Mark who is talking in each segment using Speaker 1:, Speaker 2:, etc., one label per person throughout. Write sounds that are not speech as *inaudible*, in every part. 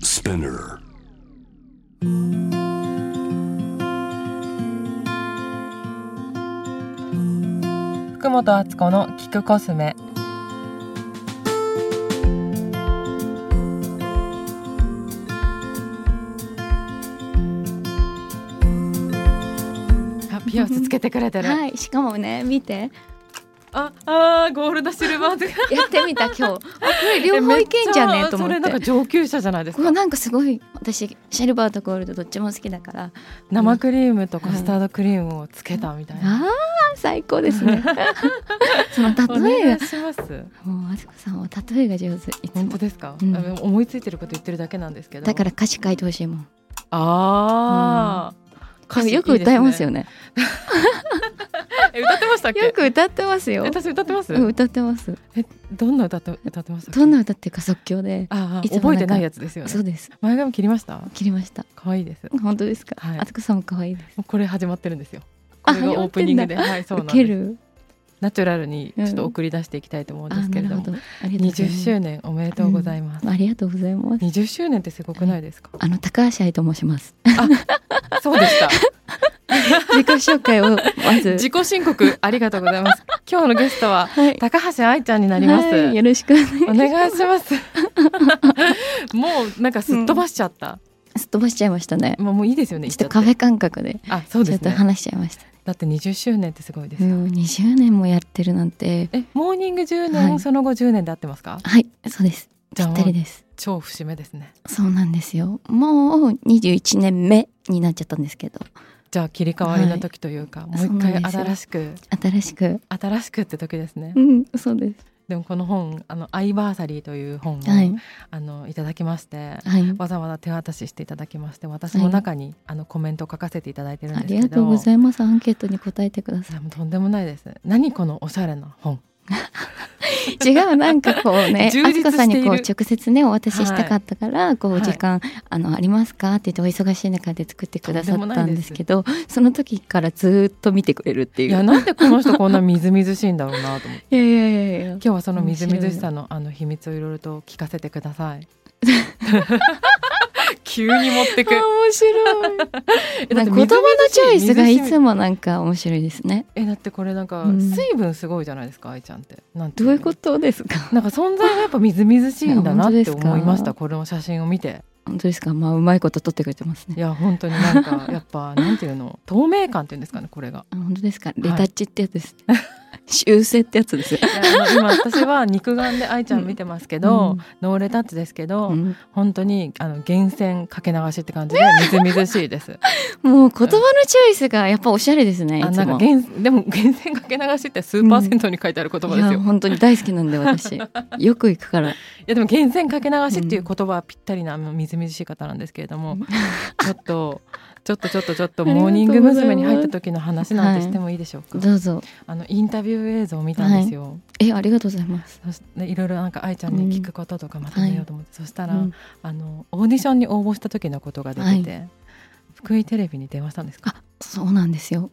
Speaker 1: Spinner.
Speaker 2: 福本敦子の聞くコスメあピアスつけてくれてる、
Speaker 3: はいしかもね見て *laughs*
Speaker 2: ああーゴールドシルバーとか
Speaker 3: やってみた今日あこれ両方いけんじゃねえと思っ
Speaker 2: めちゃそれなんか
Speaker 3: て
Speaker 2: 上級者じゃないです
Speaker 3: これ
Speaker 2: か
Speaker 3: なんかすごい私シルバーとゴールドどっちも好きだから
Speaker 2: 生クリームとカスタードクリームをつけたみたいな、
Speaker 3: あー最高です
Speaker 2: *laughs*
Speaker 3: ねその
Speaker 2: お
Speaker 3: 例え
Speaker 2: 願い
Speaker 3: が
Speaker 2: します
Speaker 3: もうあずこさんは例えが上手いつ
Speaker 2: 本当
Speaker 3: も
Speaker 2: ですか、
Speaker 3: うん
Speaker 2: あの思いついてること言ってるだけなんですけど
Speaker 3: だから歌詞書いてほしいもん
Speaker 2: ああ、
Speaker 3: よく歌えますよ
Speaker 2: ねえ
Speaker 3: ね
Speaker 2: 歌ってましたっけ
Speaker 3: よく歌ってますよ
Speaker 2: え私歌ってます、
Speaker 3: うん歌ってます
Speaker 2: えどんな歌って歌ってましたっけ
Speaker 3: どんな歌っていうか即興で
Speaker 2: ああ
Speaker 3: いつもなんか
Speaker 2: 覚えてないやつですよね
Speaker 3: そうです
Speaker 2: 前髪切りました
Speaker 3: 切りました
Speaker 2: 可愛いですも
Speaker 3: 本当ですか
Speaker 2: はい
Speaker 3: あずこさんも可愛いです
Speaker 2: うこれ始まってるんですよこ
Speaker 3: あ
Speaker 2: れがオープニングで
Speaker 3: や *laughs*
Speaker 2: はいそう
Speaker 3: ウ
Speaker 2: なん
Speaker 3: ケ
Speaker 2: です
Speaker 3: る
Speaker 2: ナチュラルにちょっと送り出していきたいと思うんですけれども、
Speaker 3: あなるほありがとう
Speaker 2: 20
Speaker 3: ございます
Speaker 2: 周年おめでとうございます、
Speaker 3: ありがとうございます。
Speaker 2: 20周年ってすごくないですか
Speaker 3: あの高橋愛と申
Speaker 2: *laughs*
Speaker 3: します。
Speaker 2: そうで
Speaker 3: *laughs*
Speaker 2: した
Speaker 3: 自己紹介をまず。
Speaker 2: 自己申告ありがとうございます
Speaker 3: *laughs*
Speaker 2: 今日のゲストは
Speaker 3: はい。
Speaker 2: 高橋愛ちゃんになります、
Speaker 3: はいよろしくお願いし
Speaker 2: お
Speaker 3: ます。
Speaker 2: 願いし
Speaker 3: *laughs*
Speaker 2: ますもうなんかすっ飛ばしちゃった、
Speaker 3: すっ飛ばしちゃいましたね。
Speaker 2: まあもういいですよね
Speaker 3: ちょっとカフェ感覚で。
Speaker 2: あそう
Speaker 3: ち
Speaker 2: で
Speaker 3: ょっ
Speaker 2: す
Speaker 3: と
Speaker 2: ね
Speaker 3: 話しちゃいました。
Speaker 2: だって20周年ってすごいです
Speaker 3: う
Speaker 2: よ、
Speaker 3: ん、20年もやってるなんて。
Speaker 2: えモーニング10年、
Speaker 3: はい
Speaker 2: その後10年で合ってますか
Speaker 3: はい、そうです。
Speaker 2: じ
Speaker 3: ぴ
Speaker 2: ゃあ
Speaker 3: ったりです。
Speaker 2: 超節目ですね
Speaker 3: そうなんですよ。もう21年目になっちゃったんですけど、
Speaker 2: じゃあ切り替わりの時というか、
Speaker 3: い
Speaker 2: もう一
Speaker 3: そうな
Speaker 2: 回
Speaker 3: んですよ
Speaker 2: 新しく
Speaker 3: 新しく。
Speaker 2: 新しくって時ですね、
Speaker 3: うん、そうで
Speaker 2: でもこの本あのアイバーサリーという本を、
Speaker 3: す。はい。
Speaker 2: あのいただきまして
Speaker 3: はい。
Speaker 2: わざわざ手渡ししていただきまして私も中に、あのコメントを書かせていただいてるん
Speaker 3: あ
Speaker 2: ですけど
Speaker 3: りがとうございます。アンケートに答えてくだ
Speaker 2: い
Speaker 3: さい
Speaker 2: やもうとんでもないです何このおしゃれな
Speaker 3: *laughs*
Speaker 2: 本
Speaker 3: 違うなんかこうね
Speaker 2: *laughs* 充
Speaker 3: あ
Speaker 2: 実してい
Speaker 3: ず
Speaker 2: る
Speaker 3: こさんにこう直接ねお渡ししたかったから、こう
Speaker 2: は
Speaker 3: お
Speaker 2: い
Speaker 3: 時間、あのありますかって言ってお忙しい中で作ってくださったんですけどその時からずっと見てくれるってい
Speaker 2: いうやなんでこの人こんなみずみずしいんだろうなと思って
Speaker 3: いやいやいやいや
Speaker 2: 今日はそのみずみずしさのあの秘密をいろいろと聞かせてくださ
Speaker 3: *laughs*
Speaker 2: い急に持ってく
Speaker 3: 面白い
Speaker 2: だ
Speaker 3: な
Speaker 2: って
Speaker 3: んか言葉のチョイスが
Speaker 2: み
Speaker 3: い
Speaker 2: ずみずし
Speaker 3: つもなんか面白いですね
Speaker 2: えだってこれなんか
Speaker 3: うん
Speaker 2: 水分すごいじゃないですか愛ちゃんってなんて
Speaker 3: どういうこととですか
Speaker 2: なんか存在がやっぱみずみずしいんだなっ
Speaker 3: い
Speaker 2: て
Speaker 3: や本当ですか
Speaker 2: 思いましたこの写真を見て
Speaker 3: 本当ですかまあうまいこと撮ってくれてます
Speaker 2: い
Speaker 3: ね
Speaker 2: や本当になんかやっ
Speaker 3: *laughs*
Speaker 2: ぱなんていうの透明感っていうんですかねこれが
Speaker 3: あ本当ですかレタッチってやつです、ね修正ってやつですよ
Speaker 2: いやあの今私は肉眼で愛ちゃん見てますけど、ノーレタッチですけど、
Speaker 3: うん
Speaker 2: 本当にあの源泉かけ流しって感じでみずみずしい
Speaker 3: *laughs*
Speaker 2: です。
Speaker 3: もう言葉のチョイスがやっぱおしゃれですねい
Speaker 2: あ
Speaker 3: つ
Speaker 2: なんか
Speaker 3: も
Speaker 2: 源でも源泉かけ流しってスーパー銭湯に書いてある言葉
Speaker 3: い
Speaker 2: です
Speaker 3: や
Speaker 2: よ。い
Speaker 3: 本当に大好きなん
Speaker 2: *laughs*
Speaker 3: で私よく行くから
Speaker 2: やでも源泉かけ流しっていう言葉はぴったりなあのみずみずしい方なんですけれども、ちょっ
Speaker 3: *laughs*
Speaker 2: と。ちょっとちょっとちょっと
Speaker 3: ありがと
Speaker 2: モ
Speaker 3: う
Speaker 2: ー
Speaker 3: ござい
Speaker 2: ニン
Speaker 3: ます
Speaker 2: グ娘。に入った時の話なんてしてもいいでしょうか、
Speaker 3: どうぞ
Speaker 2: あのインタビュー映像を見たんですよ、
Speaker 3: えありがとうございます
Speaker 2: そしていろいろなんか愛ちゃんに聞くこととかまとめようと思って、そしたら、
Speaker 3: うん
Speaker 2: あのオーディションに応募した時のことが出てて、福井テレビに電話したんですか
Speaker 3: あそうなんですよ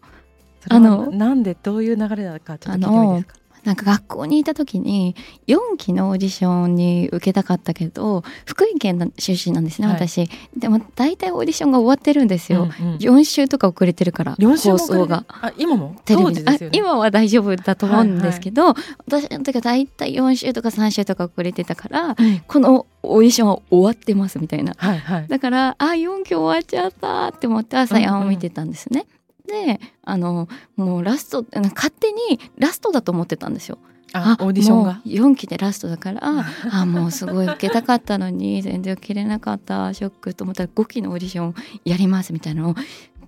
Speaker 2: それは
Speaker 3: あの
Speaker 2: なんでどういう流れなのかちょっと聞いてもいいですか
Speaker 3: なんか学校にいた時に4期のオーディションに受けたかったけど福井県の出身なんですね
Speaker 2: はい
Speaker 3: 私、でも大体オーディションが終わってるんですよ、
Speaker 2: うんうん
Speaker 3: 4週とか遅れてるから
Speaker 2: 四週も
Speaker 3: 放
Speaker 2: 遅れ
Speaker 3: 送
Speaker 2: て
Speaker 3: が
Speaker 2: あ今も
Speaker 3: テレ
Speaker 2: 当
Speaker 3: ビ
Speaker 2: 時
Speaker 3: に、
Speaker 2: ですよ
Speaker 3: あ
Speaker 2: ね
Speaker 3: 今は大丈夫だと思うんですけど、私の時は大体4週とか3週とか遅れてたから
Speaker 2: うん
Speaker 3: このオーディションは終わってますみたいな
Speaker 2: はいはい
Speaker 3: だからあ4期終わっちゃったって思って朝やんを見てたんですね。であのもうラストなんか勝手にラストだと思ってたんですよ。
Speaker 2: あオーディションが
Speaker 3: 4期でラスト
Speaker 2: *laughs*
Speaker 3: だからあもうすごい受けたかったのに全然受けれなかったショックと思ったら5期のオーディションやりますみたいなのを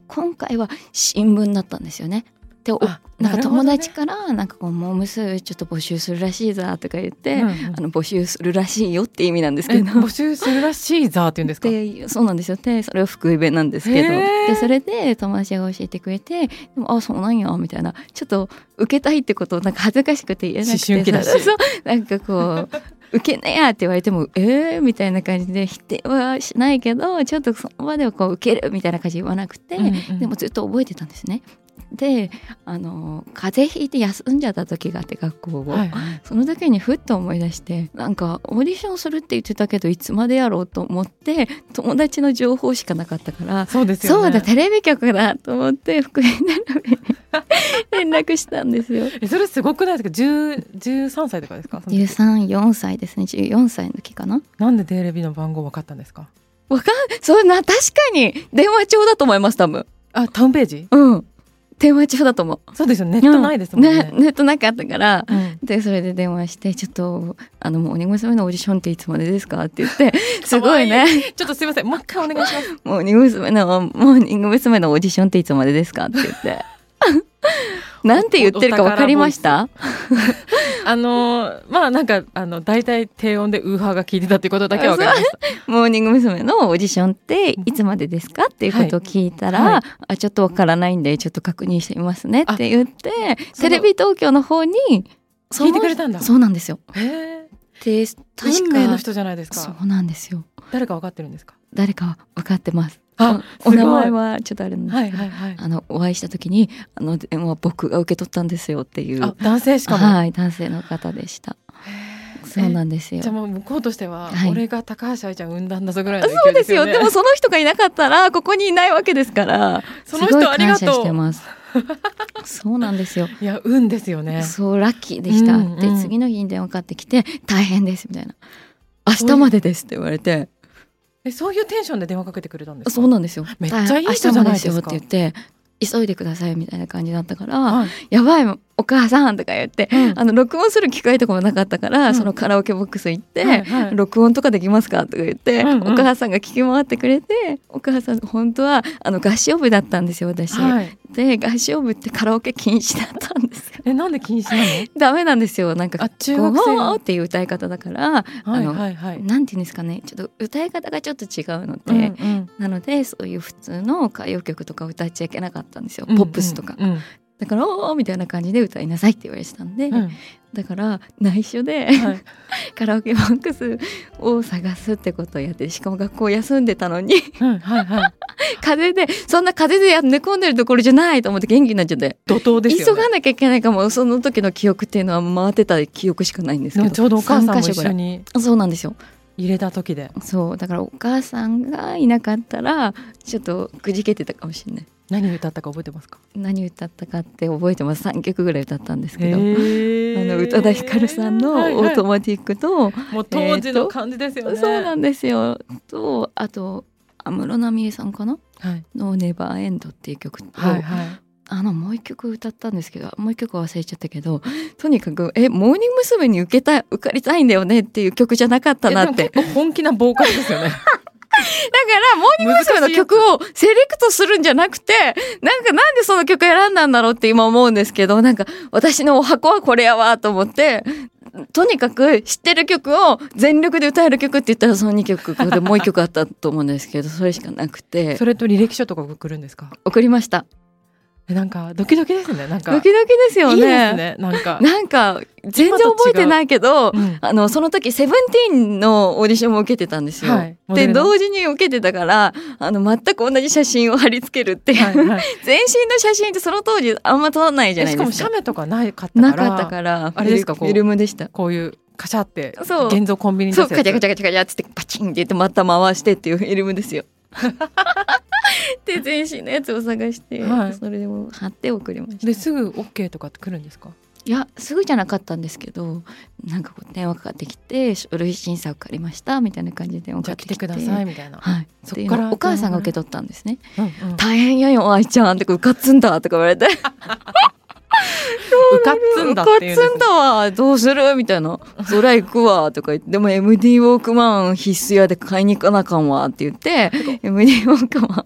Speaker 3: 今回は新聞だったんですよね。でお
Speaker 2: あ
Speaker 3: なんか
Speaker 2: るほど
Speaker 3: 友
Speaker 2: ね
Speaker 3: 達からなんかこう「モームスちょっと募集するらしいざ」とか言って、
Speaker 2: うん
Speaker 3: あの募集するらしいよって意味なんです
Speaker 2: え
Speaker 3: けど
Speaker 2: 募集するらしいザーって言うんですか
Speaker 3: でそうなんですよでそれを福井弁なんですけど
Speaker 2: へー
Speaker 3: でそれで友達が教えてくれてでもあそうなんやみたいなちょっと受けたいってことをなんか恥ずかしくて言えなくて
Speaker 2: 思春期だし
Speaker 3: そうそうなんかこう受けねえやって言われてもえーみたいな感じで否定はしないけどちょっとその場ではこう受けるみたいな感じで言わなくて、
Speaker 2: うんうん
Speaker 3: でもずっと覚えてたんですねであの風邪ひいて休んじゃった時があって学校を、
Speaker 2: はいはい
Speaker 3: その時にふっと思い出してなんかオーディションするって言ってたけどいつまでやろうと思って友達の情報しかなかったから
Speaker 2: そうですよね
Speaker 3: そうだテレビ局だと思って *laughs* 福井並びに連絡したんですよ。
Speaker 2: えそれすごくないですか10 13歳とかですかその時
Speaker 3: 134歳ですね14歳の時かな
Speaker 2: なんでテレビの番号わかったんですか
Speaker 3: わかんそうな確かに電話帳だと思います多分
Speaker 2: あタウンページ
Speaker 3: うん電話帳だと思う
Speaker 2: そうですよねネットないですもんね,、
Speaker 3: ねネットなかったから
Speaker 2: うん
Speaker 3: でそれで電話して「ちょっとあのモーニング娘。のオーディションっていつまでですか?」って言ってすごいね
Speaker 2: ちょっとすいませんもう一回お願いします
Speaker 3: 「モーニング娘。のモーニング娘。のオーディションっていつまでですか?」って言ってなんて言ってるか分かりました
Speaker 2: あのーまあなんかあの大体低音でウーハーが聞いてたっていうことだけは分かりました
Speaker 3: モーニング娘。のオーディションっていつまでですかっていうことを聞いたら、
Speaker 2: はい
Speaker 3: あちょっとわからないんでちょっと確認してみますねって言って
Speaker 2: そ
Speaker 3: テ
Speaker 2: の
Speaker 3: レビ東京の方に
Speaker 2: 聞いてくれたんだ
Speaker 3: そのそうなんですよ。
Speaker 2: へえ
Speaker 3: で確
Speaker 2: 運
Speaker 3: か
Speaker 2: 命の人じゃないです
Speaker 3: そ
Speaker 2: か
Speaker 3: うなんですよ。
Speaker 2: 誰か分かってるんですか
Speaker 3: 誰か分かってます。
Speaker 2: あす
Speaker 3: おお
Speaker 2: ごい
Speaker 3: 名前はちょっとあるんですけど、
Speaker 2: はいはいはい
Speaker 3: あのお会いした時にあの電話僕が受け取ったんですよっていう
Speaker 2: あ男性しかも、
Speaker 3: はい男性の方でした。そうなんですよ
Speaker 2: じゃあ。もう向こうとしては、
Speaker 3: はい
Speaker 2: 俺が高橋愛ちゃん産んだんだぞぐらいの
Speaker 3: あ
Speaker 2: 勢
Speaker 3: そう
Speaker 2: い
Speaker 3: で
Speaker 2: ですす
Speaker 3: よ
Speaker 2: よね
Speaker 3: でもその人がいなかったらここにいないわけですから
Speaker 2: *laughs* その人ありが
Speaker 3: すごい感謝
Speaker 2: と
Speaker 3: して
Speaker 2: う
Speaker 3: ます *laughs* そうなんですよ
Speaker 2: いや運ですよね
Speaker 3: そうラッキーでした、
Speaker 2: うんうん
Speaker 3: で次の日に電話かかってきて「大変です」みたいな「明日までです」って言われて
Speaker 2: えそういうテンションで電話かけてくれたんで
Speaker 3: 「
Speaker 2: すか
Speaker 3: そうなんですよ
Speaker 2: めっちゃいい人
Speaker 3: 明日
Speaker 2: じゃ
Speaker 3: ま
Speaker 2: な
Speaker 3: で
Speaker 2: い
Speaker 3: で
Speaker 2: ですす
Speaker 3: よ」っ
Speaker 2: か
Speaker 3: て言って「急いでください」みたいな感じだったから、
Speaker 2: はい
Speaker 3: やばいお母さんとか言って、
Speaker 2: うん
Speaker 3: あの録音する機会とかもなかったから、
Speaker 2: うん
Speaker 3: そのカラオケボックス行って、
Speaker 2: はいはい
Speaker 3: 録音とかできますかとか言って、
Speaker 2: うんうん
Speaker 3: お母さんが聞き回ってくれてお母さん本当はあの合唱部だったんですよ私、
Speaker 2: はい
Speaker 3: で合唱部ってカラオケ禁止だったんですよ *laughs*
Speaker 2: えなんで禁止なの
Speaker 3: ダメなんですよなんか
Speaker 2: あ中学生
Speaker 3: ゴー
Speaker 2: の
Speaker 3: っていう歌い方だから、
Speaker 2: はい
Speaker 3: あの
Speaker 2: はいはい
Speaker 3: なんていうんですかねちょっと歌い方がちょっと違うので、
Speaker 2: うんうん
Speaker 3: なのでそういう普通の歌謡曲とか歌っちゃいけなかったんですよ、ポップスとか、
Speaker 2: うんうん
Speaker 3: だから「おー」みたいな感じで歌いなさいって言われてたんで、
Speaker 2: うん
Speaker 3: だから内緒で、
Speaker 2: うんはい
Speaker 3: *laughs* カラオケボックスを探すってことをやってしかも学校休んでた
Speaker 2: *laughs*
Speaker 3: のに
Speaker 2: うんはいはい
Speaker 3: 風邪でそんな風邪で寝込んでるところじゃないと思って元気になっちゃって、
Speaker 2: 怒涛ですよ
Speaker 3: 急
Speaker 2: ね
Speaker 3: がなきゃいけないかもその時の記憶っていうのは回ってた記憶しかないんです
Speaker 2: で
Speaker 3: け
Speaker 2: も
Speaker 3: ど
Speaker 2: ちょうどお母さんも
Speaker 3: 3
Speaker 2: 一
Speaker 3: 箇所ぐら
Speaker 2: 緒
Speaker 3: い
Speaker 2: に
Speaker 3: そうなんですよ
Speaker 2: 入れた時で
Speaker 3: そうだからお母さんがいなかったらちょっとくじけてたかもしれない
Speaker 2: 何歌ったか覚えてますか
Speaker 3: 何歌ったかって覚えてます3曲ぐらい歌ったんですけど、
Speaker 2: あ
Speaker 3: あの宇多田ヒカルさんの「オ
Speaker 2: はいは
Speaker 3: ー
Speaker 2: い
Speaker 3: トマティック」と「
Speaker 2: もう当時の感じですよね、
Speaker 3: そうなんですよ。とあと安室奈美恵さんかな
Speaker 2: はい
Speaker 3: の「ネバーエンド」っていう曲と、
Speaker 2: はいはい
Speaker 3: あのもう一曲歌ったんですけどもう一曲忘れちゃったけどとにかく「えモーニング娘。に受けたい受かりたいんだよね」っていう曲じゃなかったなっ
Speaker 2: いや
Speaker 3: て
Speaker 2: でも結構本気なボーカルですよね
Speaker 3: だからモーニング娘。の曲をセレクトするんじゃなくてなんかなんでその曲選んだんだろうって今思うんですけどなんか私のお箱はこれやわと思って。とにかく知ってる曲を全力で歌える曲って言ったらその2曲でもう1曲あったと思うんですけどそれしかなくて
Speaker 2: それと履歴書とか送るんですか
Speaker 3: 送りました
Speaker 2: えなんかドキドキですねなんか
Speaker 3: ドキドキですよ
Speaker 2: いい
Speaker 3: ね
Speaker 2: ですねなんか、
Speaker 3: なんか全然覚えてないけど
Speaker 2: うん
Speaker 3: あのその時セブンティーンのオーディションも受けてたんですよ。
Speaker 2: はいモデ
Speaker 3: で
Speaker 2: ルの
Speaker 3: 同時に受けてたからあの全く同じ写真を貼り付けるっていう、
Speaker 2: はいはい
Speaker 3: 全身の写真ってその当時あんま撮らないじゃ
Speaker 2: え
Speaker 3: ない
Speaker 2: しか
Speaker 3: ですか
Speaker 2: も写メとかなかったから
Speaker 3: なかったから
Speaker 2: あれですか
Speaker 3: フ
Speaker 2: こう
Speaker 3: ィルムでした
Speaker 2: こういうカシャって
Speaker 3: そう
Speaker 2: 現像コンビニで
Speaker 3: そうカチャカチ
Speaker 2: ャ
Speaker 3: ャカチャカチャっつってパチンって言ってまた回してっていうフィルムですよ *laughs* で全身のやつを探して、
Speaker 2: はい
Speaker 3: それでも貼って送りました
Speaker 2: ですぐ OK とかって来るんですか
Speaker 3: いやすぐじゃなかったんですけどなんかこう電話かかってきて書類審査を借りましたみたいな感じで電話
Speaker 2: じゃあ
Speaker 3: かかっ
Speaker 2: 来
Speaker 3: て
Speaker 2: て
Speaker 3: きて
Speaker 2: くださいみたいな、
Speaker 3: はい、
Speaker 2: そっから
Speaker 3: っていうのをお母さんが受け取ったんですね
Speaker 2: うんうん、
Speaker 3: 「大変やよ愛ちゃん」とか「うかっつんだ」とか言われて
Speaker 2: うかっつんだっていうんですね
Speaker 3: うかっつんだわどうするみたいな「そりゃ行くわ」とか言って「でも MD ウォークマン必須やで買いに行かなあかんわ」って言って MD ウォークマンを買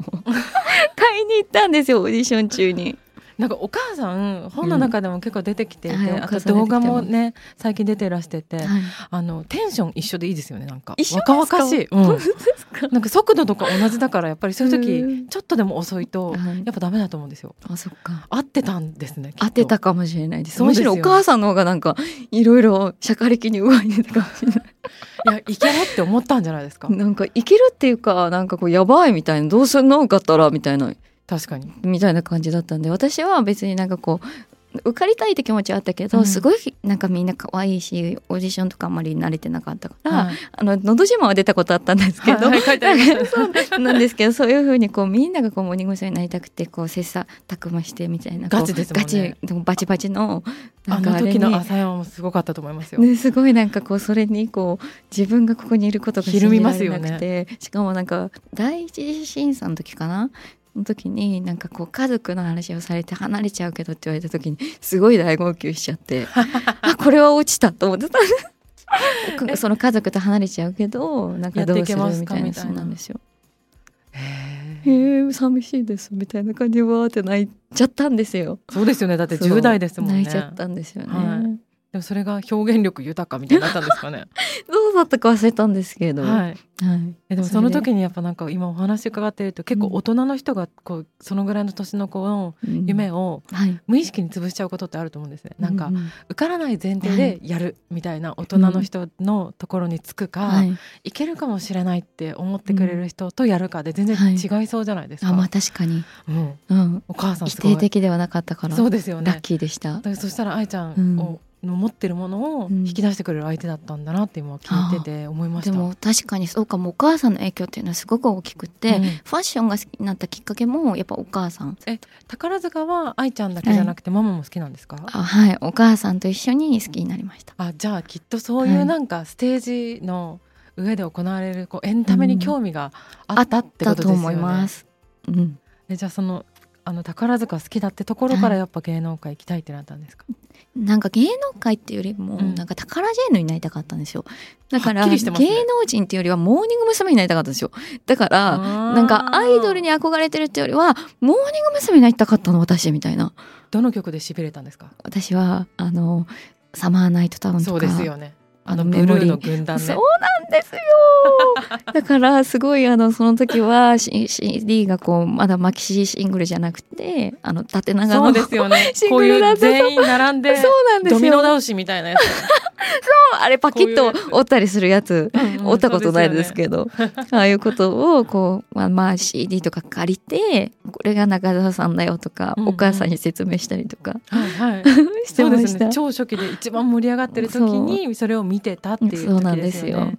Speaker 3: いに行ったんですよオーディション中に。
Speaker 2: なんかお母さん本の中でも結構出てきていて、
Speaker 3: うんはい
Speaker 2: あ
Speaker 3: お母
Speaker 2: と
Speaker 3: さん出て
Speaker 2: 動
Speaker 3: きて
Speaker 2: 画
Speaker 3: ます
Speaker 2: もね最近出てらしてて、
Speaker 3: はい
Speaker 2: あのテンション一緒でいいですよねなんか
Speaker 3: 一緒ですか
Speaker 2: 若々しい、う
Speaker 3: 本
Speaker 2: ん
Speaker 3: *laughs* 当、ですか
Speaker 2: なんか速度とか同じだからやっぱりそういう
Speaker 3: う
Speaker 2: 時
Speaker 3: ん
Speaker 2: ちょっとでも遅いと
Speaker 3: はい
Speaker 2: やっぱダメだと思うんですよ
Speaker 3: あそっか
Speaker 2: 合ってたんですねきっと
Speaker 3: 当てたかもしれないです。
Speaker 2: そうで
Speaker 3: む
Speaker 2: す
Speaker 3: し
Speaker 2: よ
Speaker 3: ろお母さんの方がなんかいろいろしゃかりきに動いてたかもしれない。
Speaker 2: いやいけるって思ったんじゃないですか
Speaker 3: なんかいけるっていうかなんかこうやばいみたいなどうすんの受かったらみたいな
Speaker 2: 確かに
Speaker 3: みたいな感じだったんで私は別になんかこう受かりたいって気持ちはあったけど、
Speaker 2: うん
Speaker 3: すごいなんかみんな可愛いしオーディションとかあんまり慣れてなかったから、
Speaker 2: はい
Speaker 3: あの「のど自慢」は出たことあったんですけど、
Speaker 2: はい書いてありましたね
Speaker 3: なんかそうなんですけどそういうふうにこうみんながこうモーニング娘。になりたくてこう切磋琢磨してみたいなこう
Speaker 2: ガチですもんね
Speaker 3: ガチでもバチバチのな
Speaker 2: あ
Speaker 3: んか
Speaker 2: の
Speaker 3: あれ
Speaker 2: 時
Speaker 3: に
Speaker 2: の朝山もすごかったと思いますよ。
Speaker 3: ね、すごいなんかこうそれにこう自分がここにいることが信
Speaker 2: ひるみ
Speaker 3: じら
Speaker 2: ます
Speaker 3: れな
Speaker 2: よね
Speaker 3: くて、しかもなんか第一次審査の時かなの時になんかこう家族の話をされて離れちゃうけどって言われた時にすごい大号泣しちゃって
Speaker 2: *laughs*
Speaker 3: あこれは落ちたと思ってたこその家族と離れちゃうけどなんかどうする
Speaker 2: やってい
Speaker 3: み
Speaker 2: けますか
Speaker 3: たいな
Speaker 2: みたいな
Speaker 3: そうなんですよ
Speaker 2: へ
Speaker 3: へ
Speaker 2: ー
Speaker 3: え寂しいですみたいな感じでわーって泣いちゃったんですよ
Speaker 2: そうですよね。だって
Speaker 3: そう
Speaker 2: 10代ですもんね。
Speaker 3: 泣いちゃったんですよね、
Speaker 2: はいでもそれが表現力豊かみたいになったんですか
Speaker 3: *laughs*
Speaker 2: ね。
Speaker 3: どうだったか忘れたんですけど、
Speaker 2: はい。
Speaker 3: はい
Speaker 2: えでも
Speaker 3: それで
Speaker 2: その時にやっぱなんか今お話伺ってると結構大人の人がこうそのぐらいの年の子の
Speaker 3: うん
Speaker 2: 夢を
Speaker 3: はい、
Speaker 2: 無意識に潰しちゃうことってあると思うんですね。なんか
Speaker 3: うう
Speaker 2: 受からない前提でやるみたいな大人の人のところにつくか、、
Speaker 3: はいい、
Speaker 2: けるかもしれないって思ってくれる人とやるかで全然違いそうじゃないですか。
Speaker 3: あまあ確かに、
Speaker 2: うん、
Speaker 3: うん、
Speaker 2: お母さん
Speaker 3: 否
Speaker 2: すご
Speaker 3: 定
Speaker 2: い。
Speaker 3: 的ではなかったから、
Speaker 2: そうですよ
Speaker 3: ラ
Speaker 2: ね
Speaker 3: ッ。キーでした
Speaker 2: だからそしたら愛ちゃんを、の持ってるものを
Speaker 3: うん
Speaker 2: 引き出してくれる相手だったんだなって今聞いてて思いまし
Speaker 3: で
Speaker 2: た。
Speaker 3: も確かにそうかもお母さんの影響っていうのはすごく大きくて、
Speaker 2: うん
Speaker 3: ファッションが好きになったきっかけもやっぱお母さん
Speaker 2: 宝塚は愛ちゃんだけじゃなくてママも好きなんですか、
Speaker 3: あはいお母さんと一緒に好きになりました
Speaker 2: あじゃあきっとそういうなんかステージの上で行われるこうエンタメに興味があったってこと
Speaker 3: だ
Speaker 2: です
Speaker 3: と
Speaker 2: よね。
Speaker 3: 思います、うん、
Speaker 2: えじゃあそのあの宝塚好きだってところか
Speaker 3: は
Speaker 2: ら
Speaker 3: い
Speaker 2: やっぱ芸能界行きたいってなったんですか、
Speaker 3: なんか芸能界っていうよりも、
Speaker 2: うん
Speaker 3: なんか宝ジェーヌになりたかったんですよだから、
Speaker 2: はっき
Speaker 3: 芸
Speaker 2: りしてますね
Speaker 3: 能人っていうよりはモーニング娘。になりたかったんですよだから
Speaker 2: あー
Speaker 3: なんかアイドルに憧れてるっていうよりはモーニング娘。になりたかったの私みたいな
Speaker 2: どの曲でしびれたんですか
Speaker 3: 私はあのサマーナイトタウンとか
Speaker 2: そうですよねあ
Speaker 3: あ
Speaker 2: の
Speaker 3: の
Speaker 2: ブ
Speaker 3: メ
Speaker 2: ル
Speaker 3: モリ
Speaker 2: ー
Speaker 3: ー
Speaker 2: の軍団
Speaker 3: そ
Speaker 2: ね
Speaker 3: うなんですよ
Speaker 2: *laughs*
Speaker 3: だからすごいあのその時は C- CD がこうまだマキシシングルじゃなくてあの縦長の
Speaker 2: そうですよね
Speaker 3: *laughs* シン
Speaker 2: こ
Speaker 3: グ
Speaker 2: う
Speaker 3: ル
Speaker 2: い
Speaker 3: だ
Speaker 2: う
Speaker 3: ったそう
Speaker 2: 全員並んで
Speaker 3: *laughs* そうなんで
Speaker 2: ド
Speaker 3: す
Speaker 2: ミノ
Speaker 3: よ
Speaker 2: 倒しみたいなや
Speaker 3: *laughs*
Speaker 2: つ
Speaker 3: あれパキッ
Speaker 2: こういう
Speaker 3: と
Speaker 2: やつ
Speaker 3: 折ったりするやつ
Speaker 2: うん
Speaker 3: 折ったことないです
Speaker 2: ど、*laughs*
Speaker 3: けどああいうことをこう、まあ、まあ CD とか借りてこれが中澤さんだよとか、
Speaker 2: うんうん
Speaker 3: お母さんに説明したりとか
Speaker 2: はいはい
Speaker 3: *laughs* して
Speaker 2: *laughs* そう
Speaker 3: ま
Speaker 2: で
Speaker 3: し
Speaker 2: す
Speaker 3: た
Speaker 2: ね。超初期で一番盛り上がってる時にそれを見てたっていう時ですよね。
Speaker 3: そうなんですよ。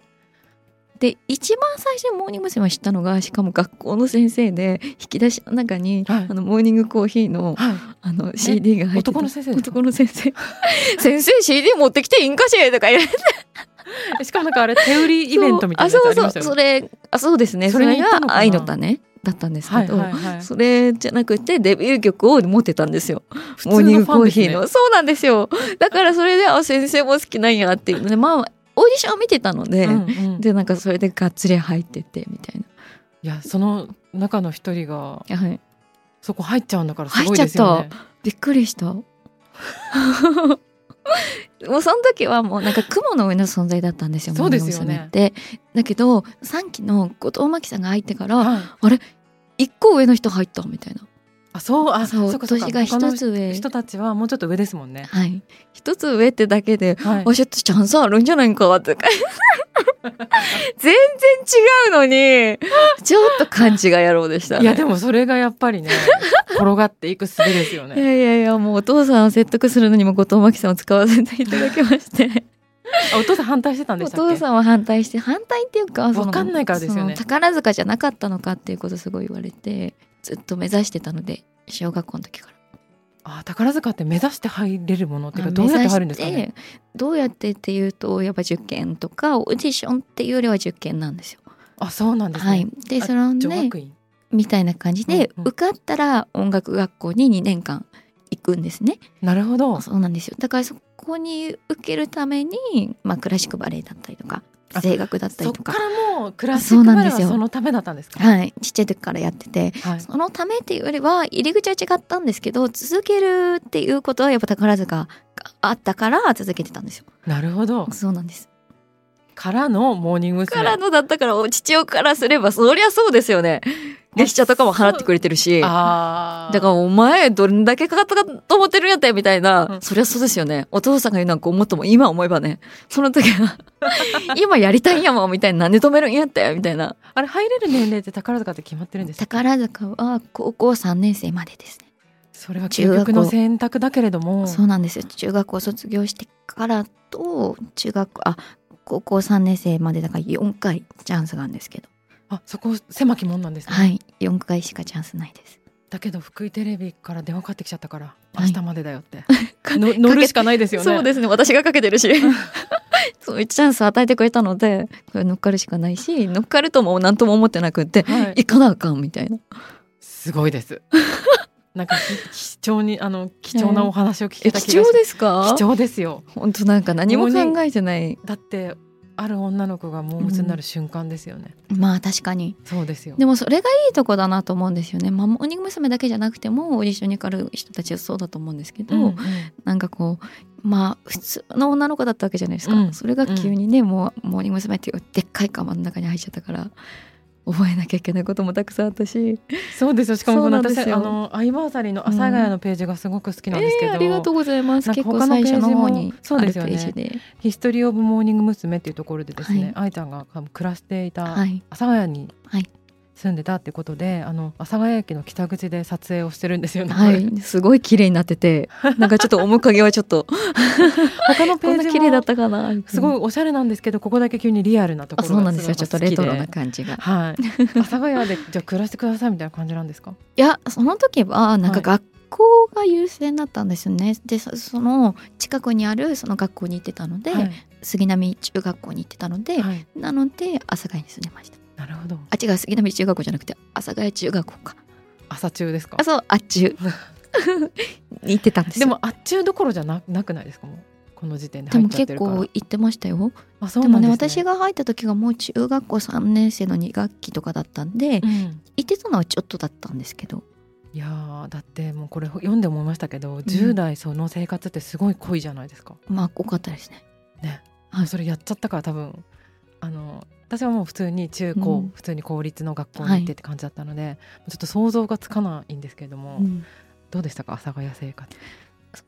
Speaker 3: で一番最初にモーニング娘。を知ったのがしかも学校の先生で引き出しの中に、
Speaker 2: はい
Speaker 3: あのモーニングコーヒーの
Speaker 2: は
Speaker 3: あの CD が入ってた
Speaker 2: 男の先生ですか
Speaker 3: 男の先生 *laughs* 先生 CD 持ってきていいんかしらとか言われて
Speaker 2: い。しかもなんかあれ手売りイベントみたいなやつあ
Speaker 3: そう
Speaker 2: り
Speaker 3: そ
Speaker 2: ま
Speaker 3: う
Speaker 2: した
Speaker 3: そう
Speaker 2: よ
Speaker 3: そ
Speaker 2: ね。
Speaker 3: れあそうですねそ
Speaker 2: それ
Speaker 3: れ
Speaker 2: に行ったのか
Speaker 3: が
Speaker 2: な
Speaker 3: 愛の種だったんです
Speaker 2: は
Speaker 3: け
Speaker 2: い
Speaker 3: ど、
Speaker 2: はいはい。
Speaker 3: それじゃなくてデビュー曲を持ってたんですよ。
Speaker 2: 通の
Speaker 3: モーニングコーヒー
Speaker 2: ファン
Speaker 3: の。そうなんですよ。だからそれで、あ、先生も好きなんやっていうので、まあ、オーディションを見てたので、
Speaker 2: うんうん
Speaker 3: で、なんかそれでがっつり入ってて、みたい
Speaker 2: いやその中の一人が
Speaker 3: な。はい。
Speaker 2: そこ入っちゃうんだからすごいですよ
Speaker 3: 入っ
Speaker 2: ね。
Speaker 3: びっくりした。 *laughs* もうその時はもうなんか雲の上の存在だったんですよ。
Speaker 2: そうですよね
Speaker 3: モーニング娘。ってだけど3期の後藤真希さんが入ってから
Speaker 2: はい
Speaker 3: 1個上の人入ったみたいな。
Speaker 2: あそうあ
Speaker 3: そう
Speaker 2: そうかそうか
Speaker 3: 年が
Speaker 2: 他の
Speaker 3: 一つ上。
Speaker 2: 人たちはもうちょっと上ですもんね。
Speaker 3: はい。一つ上ってだけで
Speaker 2: はい
Speaker 3: あ、。ちょっとチャンスあるんじゃないんかとか。 *laughs* 全然違うの
Speaker 2: *laughs*
Speaker 3: に、ちょっと勘違い野郎でした、ね。
Speaker 2: いやでもそれがやっぱ *laughs* りね転がっていく術ですよ
Speaker 3: い
Speaker 2: ね。
Speaker 3: やいやいやもうお父さんを説得するのにも後藤真希さんを使わせていただきま
Speaker 2: *laughs*
Speaker 3: して。
Speaker 2: あお父さん反対してたんで
Speaker 3: お
Speaker 2: したっ
Speaker 3: 父
Speaker 2: け？
Speaker 3: さんは反対して、反対っていうか、その
Speaker 2: わかんないからですよね
Speaker 3: その宝塚じゃなかったのかっていうことすごい言われて、ずっと目指してたので、小学校の時から。
Speaker 2: あ宝塚って目指して入れるものっていうか
Speaker 3: あ
Speaker 2: どうやって入るんですか
Speaker 3: 目
Speaker 2: ね。
Speaker 3: 指してどうやってっていうと、やっぱ受験とか、オーディションっていうよりは受験なんですよ。
Speaker 2: あそうなんですね。
Speaker 3: はい。で、
Speaker 2: あ
Speaker 3: その
Speaker 2: 女
Speaker 3: ね、
Speaker 2: 学院。
Speaker 3: みたいな感じで、
Speaker 2: うんうん
Speaker 3: 受かったら音楽学校に2年間行くんですね。
Speaker 2: なるほど。
Speaker 3: そうなんですよ。だからそこに受けるために、まあ、クラシックバレエだったりとか
Speaker 2: あ
Speaker 3: 声楽だった
Speaker 2: そ
Speaker 3: り
Speaker 2: っ
Speaker 3: と
Speaker 2: か
Speaker 3: から
Speaker 2: もうクラシック
Speaker 3: そう
Speaker 2: バ
Speaker 3: な
Speaker 2: レ
Speaker 3: んで
Speaker 2: エは
Speaker 3: すよ
Speaker 2: そのためだったんですか。い。
Speaker 3: はい、ちっちゃい時からやってて
Speaker 2: はい。
Speaker 3: そのためっていうよりは入り口は違ったんですけど続けるっていうことはやっぱ宝塚があったから続けてたんですよ。
Speaker 2: なるほど。
Speaker 3: そうなんです。
Speaker 2: からのモーニング娘。
Speaker 3: からのだったからお父親からすればそりゃそうですよね。月謝とかも払ってくれてるしだ
Speaker 2: あ
Speaker 3: からお前どんだけかかったかと思ってるんやったよみたいな、
Speaker 2: うん
Speaker 3: そりゃそうですよねお父さんが言うなんか思っても今思えばねその時 *laughs* は今やりたいんやもんみたいななんで止めるんやったよみたいな
Speaker 2: あれ入れる年齢って宝塚って決まってるんですか
Speaker 3: 宝塚は高校3年生までですね
Speaker 2: それは
Speaker 3: 中
Speaker 2: 究
Speaker 3: 学
Speaker 2: 極の選択だけれども
Speaker 3: そうなんですよ中学を卒業してからと中学あ高校3年生までだから4回チャンスがあるんですけど
Speaker 2: あそこ狭き門なんですね、
Speaker 3: はい4回しかチャンスないです
Speaker 2: だけど福井テレビから電話かかってきちゃったから
Speaker 3: は
Speaker 2: 明
Speaker 3: い
Speaker 2: 日までだよ
Speaker 3: *laughs*
Speaker 2: って、の乗るしかないですよね
Speaker 3: そうですね私がかけ
Speaker 2: *laughs*
Speaker 3: てるしそういうチャンス与えてくれたのでこれ乗っかるしかないし乗っかるとも何とも思ってなくって
Speaker 2: はい
Speaker 3: 行かなあかんみたいな
Speaker 2: すごいです
Speaker 3: *laughs*
Speaker 2: なんかひ貴重にあの貴重なお話を聞けた気がします
Speaker 3: ですか
Speaker 2: 貴重ですよ
Speaker 3: 本当なんか何も考えてない
Speaker 2: だってある女の子が猛烈になる瞬間ですよね、
Speaker 3: まあ確かに
Speaker 2: そうですよ
Speaker 3: でもそれがいいとこだなと思うんですよねまあモーニング娘。だけじゃなくてもオーディションに受かる人たちはそうだと思うんですけど、
Speaker 2: うんうん
Speaker 3: なんかこうまあ普通の女の子だったわけじゃないですか、
Speaker 2: うん
Speaker 3: それが急にね、もう「モーニング娘。」っていうでっかいカバンの中に入っちゃったから覚えなきゃいけないこともたくさんあったし
Speaker 2: そうですよしかもこの
Speaker 3: そうなん
Speaker 2: 私
Speaker 3: ですよ
Speaker 2: あのアイバーサリーの阿佐ヶ谷のページがすごく好きなんですけ
Speaker 3: え
Speaker 2: ど、
Speaker 3: ーありがとうございます
Speaker 2: なんか
Speaker 3: 結構
Speaker 2: 他の
Speaker 3: 最初の方
Speaker 2: ペー
Speaker 3: に
Speaker 2: ジもそう
Speaker 3: ある
Speaker 2: で
Speaker 3: ペ
Speaker 2: すよね
Speaker 3: ージで
Speaker 2: ヒストリー・オブ・モーニング娘。っていうところでです
Speaker 3: は
Speaker 2: ね
Speaker 3: い、
Speaker 2: 愛ちゃんが暮らしていた
Speaker 3: は
Speaker 2: 阿
Speaker 3: い
Speaker 2: 佐ヶ谷に
Speaker 3: はい
Speaker 2: 住んでたってことで、あの阿佐ヶ谷駅の北口で撮影をしてるんですよね。
Speaker 3: は
Speaker 2: こ
Speaker 3: いすごい綺麗になっててなんかちょっと面影はちょ
Speaker 2: *laughs*
Speaker 3: っと
Speaker 2: れ他のペ
Speaker 3: こん
Speaker 2: ー
Speaker 3: な
Speaker 2: ジ
Speaker 3: 綺麗
Speaker 2: も
Speaker 3: だったかな
Speaker 2: すごい
Speaker 3: い
Speaker 2: おしゃれなんですけど、ここだけ急にリアルなとこ
Speaker 3: あ
Speaker 2: ろ
Speaker 3: そうなんですよ
Speaker 2: す
Speaker 3: ち
Speaker 2: ご
Speaker 3: ょ
Speaker 2: く好
Speaker 3: っと
Speaker 2: き
Speaker 3: レ
Speaker 2: で
Speaker 3: トロな感じが *laughs*
Speaker 2: はい。阿佐ヶ谷でじゃあ暮らしてくださいみたいな感じなんですか。
Speaker 3: いやその時はなんか学校が優先だったんですよね、でそその近くにあるその学校に行ってたので、
Speaker 2: はい
Speaker 3: 杉並中学校に行ってたので、
Speaker 2: はい
Speaker 3: なので阿佐ヶ谷に住んでました
Speaker 2: なるほど。
Speaker 3: あ違う杉並中学校じゃなくて阿佐ヶ谷中学校か
Speaker 2: 朝中ですか
Speaker 3: あ。そうあっちゅ
Speaker 2: *laughs*
Speaker 3: う *laughs* に行ってたんです
Speaker 2: で
Speaker 3: よ
Speaker 2: もあっちゅうどころじゃななくないですかもうこの時点で
Speaker 3: で
Speaker 2: 入
Speaker 3: も
Speaker 2: っちゃって
Speaker 3: 結
Speaker 2: るから。
Speaker 3: 構行ってましたよ
Speaker 2: あそう
Speaker 3: で
Speaker 2: な
Speaker 3: も
Speaker 2: ん
Speaker 3: ね
Speaker 2: です
Speaker 3: 私
Speaker 2: ね。
Speaker 3: が入った時がもう中学校3年生の2学期とかだったんで、
Speaker 2: うん
Speaker 3: 行ってたのはちょっとだったんですけど
Speaker 2: いやーだってもうこれ読んで思いましたけど、10代その生活ってすごい濃いじゃないですか
Speaker 3: まあ多かったですね
Speaker 2: もうそれやっちゃったから多分あの私はもう普通に中高、
Speaker 3: うん
Speaker 2: 普通に公立の学校に行ってって感じだったので、ちょっと想像がつかないんですけれども、
Speaker 3: うん
Speaker 2: どうでしたか阿佐ヶ谷生活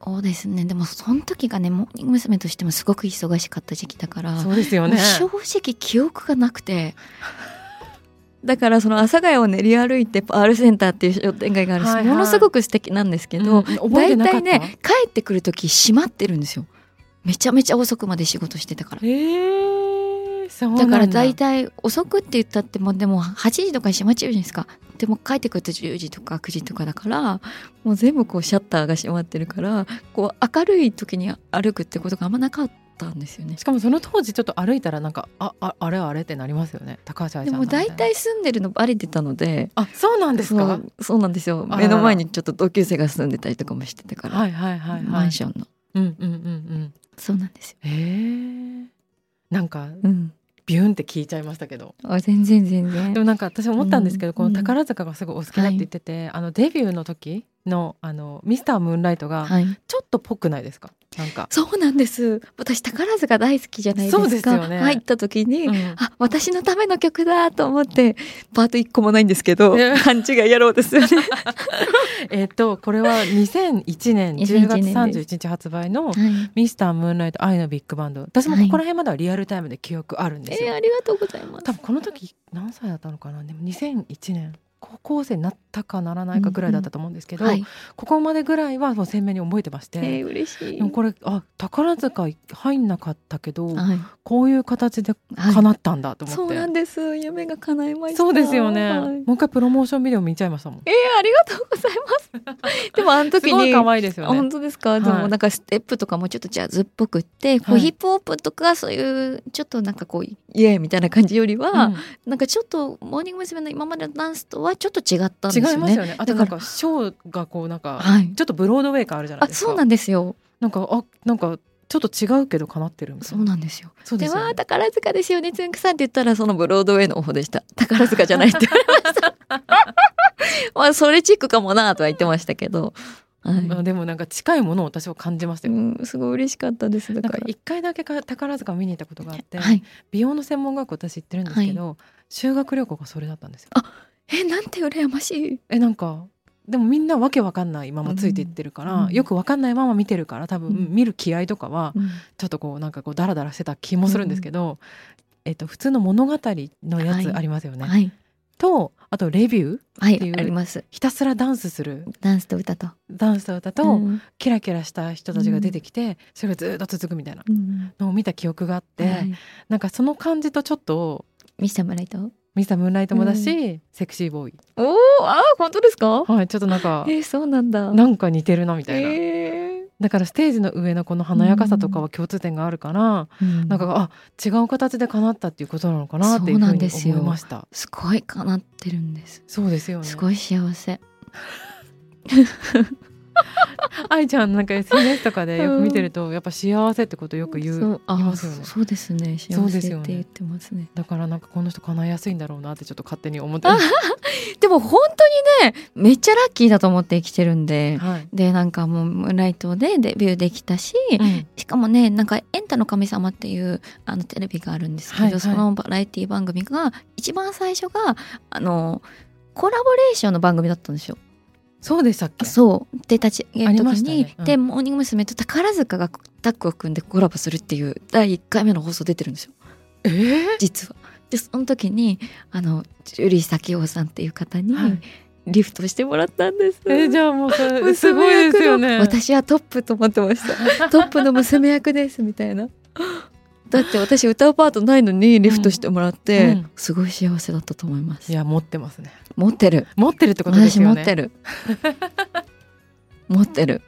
Speaker 3: そうですねでもその時がねモーニング娘。としてもすごく忙しかった時期だから、
Speaker 2: そうですよ
Speaker 3: もう
Speaker 2: ね
Speaker 3: 正直記憶がなくて *laughs* だからその阿佐ヶ谷を練り歩いてパールセンターっていう商店街があるし、
Speaker 2: はいはい
Speaker 3: ものすごく素敵なんですけ
Speaker 2: け
Speaker 3: ど、
Speaker 2: 覚えて
Speaker 3: 大
Speaker 2: なかっ
Speaker 3: 体
Speaker 2: た
Speaker 3: ね帰ってくる時閉まってるんですよめちゃめちゃ遅くまで仕事してたから。
Speaker 2: えー、そうな
Speaker 3: だ
Speaker 2: ん
Speaker 3: から大体遅くって言ったってもでも8時とかに閉まっちゃうじゃないですかでも帰ってくると10時とか9時とかだからもう全部こうシャッターが閉まってるからこう明るい時に歩くってことがあんまなかったんですよね
Speaker 2: しかもその当時ちょっと歩いたらなんかあああれあれってなりますよね高橋愛
Speaker 3: で
Speaker 2: ちゃんな
Speaker 3: も
Speaker 2: んて
Speaker 3: 大体住んでるのバレてたので
Speaker 2: あそうなんですか
Speaker 3: そ
Speaker 2: は
Speaker 3: うそうなんですよ
Speaker 2: あら
Speaker 3: 目
Speaker 2: ら
Speaker 3: の前にちょっと同級生が住んでたりとかもしてたか
Speaker 2: い
Speaker 3: ら、
Speaker 2: はいはいはい
Speaker 3: マンションの
Speaker 2: うんうんうんうん
Speaker 3: そうなんですよ、
Speaker 2: へえなんか
Speaker 3: うん、
Speaker 2: ビュンって聞いちゃいましたけど
Speaker 3: あ全然全然
Speaker 2: でもなんか私思ったんですけど、
Speaker 3: うん
Speaker 2: この宝塚がすごいお好きだって言ってて、あのデビューの時のあのミスタームーンライトが
Speaker 3: はい
Speaker 2: ちょっとぽくないですかなんか、
Speaker 3: そうなんです私宝塚大好きじゃないですか
Speaker 2: そうですよね
Speaker 3: 入った時に、
Speaker 2: うん
Speaker 3: あ私のための曲だと思ってパート1個もないんですけど
Speaker 2: ね
Speaker 3: 勘違いやろうですよね
Speaker 2: *laughs* えっとこれは2001年10月31日発売の
Speaker 3: はい
Speaker 2: ミスタームーンライト愛のビッグバンド私もここら辺まではリアルタイムで記憶あるんですよ、
Speaker 3: えーありがとうございます
Speaker 2: 多分この時何歳だったのかなでも2001年高校生になったかならないかぐらいだったと思うんですけど、
Speaker 3: はい、
Speaker 2: ここまでぐらいはもう鮮明に覚えてまして、
Speaker 3: えー嬉しい
Speaker 2: でもこれあ宝塚入んなかったけど
Speaker 3: はい
Speaker 2: こういう形で
Speaker 3: はい
Speaker 2: 叶ったんだと思って、
Speaker 3: そうなんです夢が叶いました
Speaker 2: そうですよね、
Speaker 3: はい
Speaker 2: もう一回プロモーションビデオ見ちゃいましたもん
Speaker 3: えーありがとうござい
Speaker 2: *laughs*
Speaker 3: ますでもあの
Speaker 2: す
Speaker 3: 時
Speaker 2: ごい
Speaker 3: に
Speaker 2: 可愛いですよ
Speaker 3: あ本
Speaker 2: ね
Speaker 3: 当ですか、
Speaker 2: い
Speaker 3: でもなんかステップとかもちょっとジャズっぽくって、こう
Speaker 2: はい
Speaker 3: ヒップホップとかそういうちょっとなんかこうイエーイみたいな感じよりは、
Speaker 2: うん
Speaker 3: なんかちょっとモーニング娘。の今までのダンスとはちょっと違ったんですよね。
Speaker 2: 違いますよねあと
Speaker 3: だ
Speaker 2: な
Speaker 3: か
Speaker 2: ん
Speaker 3: ら
Speaker 2: かショーがこうなんか
Speaker 3: はい。
Speaker 2: ちょっとブロードウェイ感あるじゃない
Speaker 3: あ
Speaker 2: ですか
Speaker 3: そうなんですよ。
Speaker 2: なんかあなんかちょっと違うけど叶ってるみた
Speaker 3: そ
Speaker 2: いうな
Speaker 3: なんですよ。
Speaker 2: そう
Speaker 3: で
Speaker 2: ですよ
Speaker 3: わ
Speaker 2: ね
Speaker 3: あ宝塚ですよねつんくさんって言ったらそのブロードウェイの方でした。宝塚じゃないって言われました。まあそれチックかもなとは言ってましたけど、はい。
Speaker 2: あでもなんか近いものを私は感じましたよ、
Speaker 3: うんすごい嬉しかったですだ
Speaker 2: なん
Speaker 3: か。
Speaker 2: から一回だけか宝塚見に行ったことがあって、
Speaker 3: はい。
Speaker 2: 美容の専門学校私行ってるんですけど、修学旅行がそれだったんですよ
Speaker 3: あえなんて羨ましい
Speaker 2: えなんかでもみんなわけわかんないままついていってるから、
Speaker 3: うん
Speaker 2: よくわかんないまま見てるから多分、
Speaker 3: うん
Speaker 2: 見る気合とかはちょっとこうなんかこうダラダラしてた気もするんですけど、えっと普通の物語のやつありますよね。
Speaker 3: はい
Speaker 2: とあとレビュー
Speaker 3: は
Speaker 2: ってい
Speaker 3: いうあります
Speaker 2: ひたすらダンスする
Speaker 3: ダンスと歌と
Speaker 2: ダンスと歌と、
Speaker 3: うん
Speaker 2: キラキラした人たちが出てきて、それがずっと続くみたいな
Speaker 3: うん
Speaker 2: のを見た記憶があって、
Speaker 3: はい
Speaker 2: なんかその感じとちょっと
Speaker 3: ミスターマライト
Speaker 2: ミスタームーンライトもだし、セクシーボーイ、
Speaker 3: おおあ本当ですか
Speaker 2: はい、ちょっとなんか
Speaker 3: えそうなんだ
Speaker 2: なんか似てるなみたいな、
Speaker 3: え
Speaker 2: だからステージの上のこの華やかさとかは共通点があるから、
Speaker 3: ー
Speaker 2: なんかあ違う形で叶ったっていうことなのかなっていうふう
Speaker 3: そうなん
Speaker 2: に
Speaker 3: ですよ
Speaker 2: 思いました
Speaker 3: すごい叶ってるんです
Speaker 2: そうですよね
Speaker 3: すごい幸せ
Speaker 2: 愛ちゃんなんか SNS とかでよく見てるとやっぱ幸せってことよく言う、
Speaker 3: そうあ
Speaker 2: いますよね
Speaker 3: そうですね
Speaker 2: そ
Speaker 3: 幸
Speaker 2: う
Speaker 3: せ
Speaker 2: で
Speaker 3: っ
Speaker 2: すよ
Speaker 3: て
Speaker 2: ね
Speaker 3: 言ってますね
Speaker 2: だからなんかこの人叶いやすいんだろうなってちょっと勝手に思ってます
Speaker 3: でも本当にねめっちゃラッキーだと思って生きてるんで
Speaker 2: はい、
Speaker 3: でなんかもうムーンライトでデビューできたし、
Speaker 2: うん
Speaker 3: しかもねなんか「エンタの神様」っていうあのテレビがあるんですけど、
Speaker 2: はいはい
Speaker 3: そのバラエティ番組が一番最初があのコラボレーションの番組だったんですよ。
Speaker 2: そうでしたっけ
Speaker 3: そうで立ち上げる
Speaker 2: ありま
Speaker 3: 時
Speaker 2: した
Speaker 3: に、
Speaker 2: ねうん
Speaker 3: でモーニング娘。と宝塚がタッグを組んでコラボするっていう第1回目の放送出てるんですよ
Speaker 2: えー
Speaker 3: 実は。でその時にあのジュリー崎夫さんっていう方に
Speaker 2: はい
Speaker 3: リフトしてもらったんです。
Speaker 2: えーじゃあもうそれすご
Speaker 3: 娘
Speaker 2: いで
Speaker 3: 役の
Speaker 2: すよね。
Speaker 3: 私はトップと思ってました。
Speaker 2: *laughs*
Speaker 3: トップの娘役ですみたいな。だって私歌うパートないのにリフトしてもらって、
Speaker 2: うんうん
Speaker 3: すごい幸せだったと思います
Speaker 2: い。や持ってますね。
Speaker 3: 持ってる。
Speaker 2: 持ってるってことです
Speaker 3: 私
Speaker 2: よ
Speaker 3: 持
Speaker 2: ね。
Speaker 3: って
Speaker 2: *laughs*
Speaker 3: る。持ってる。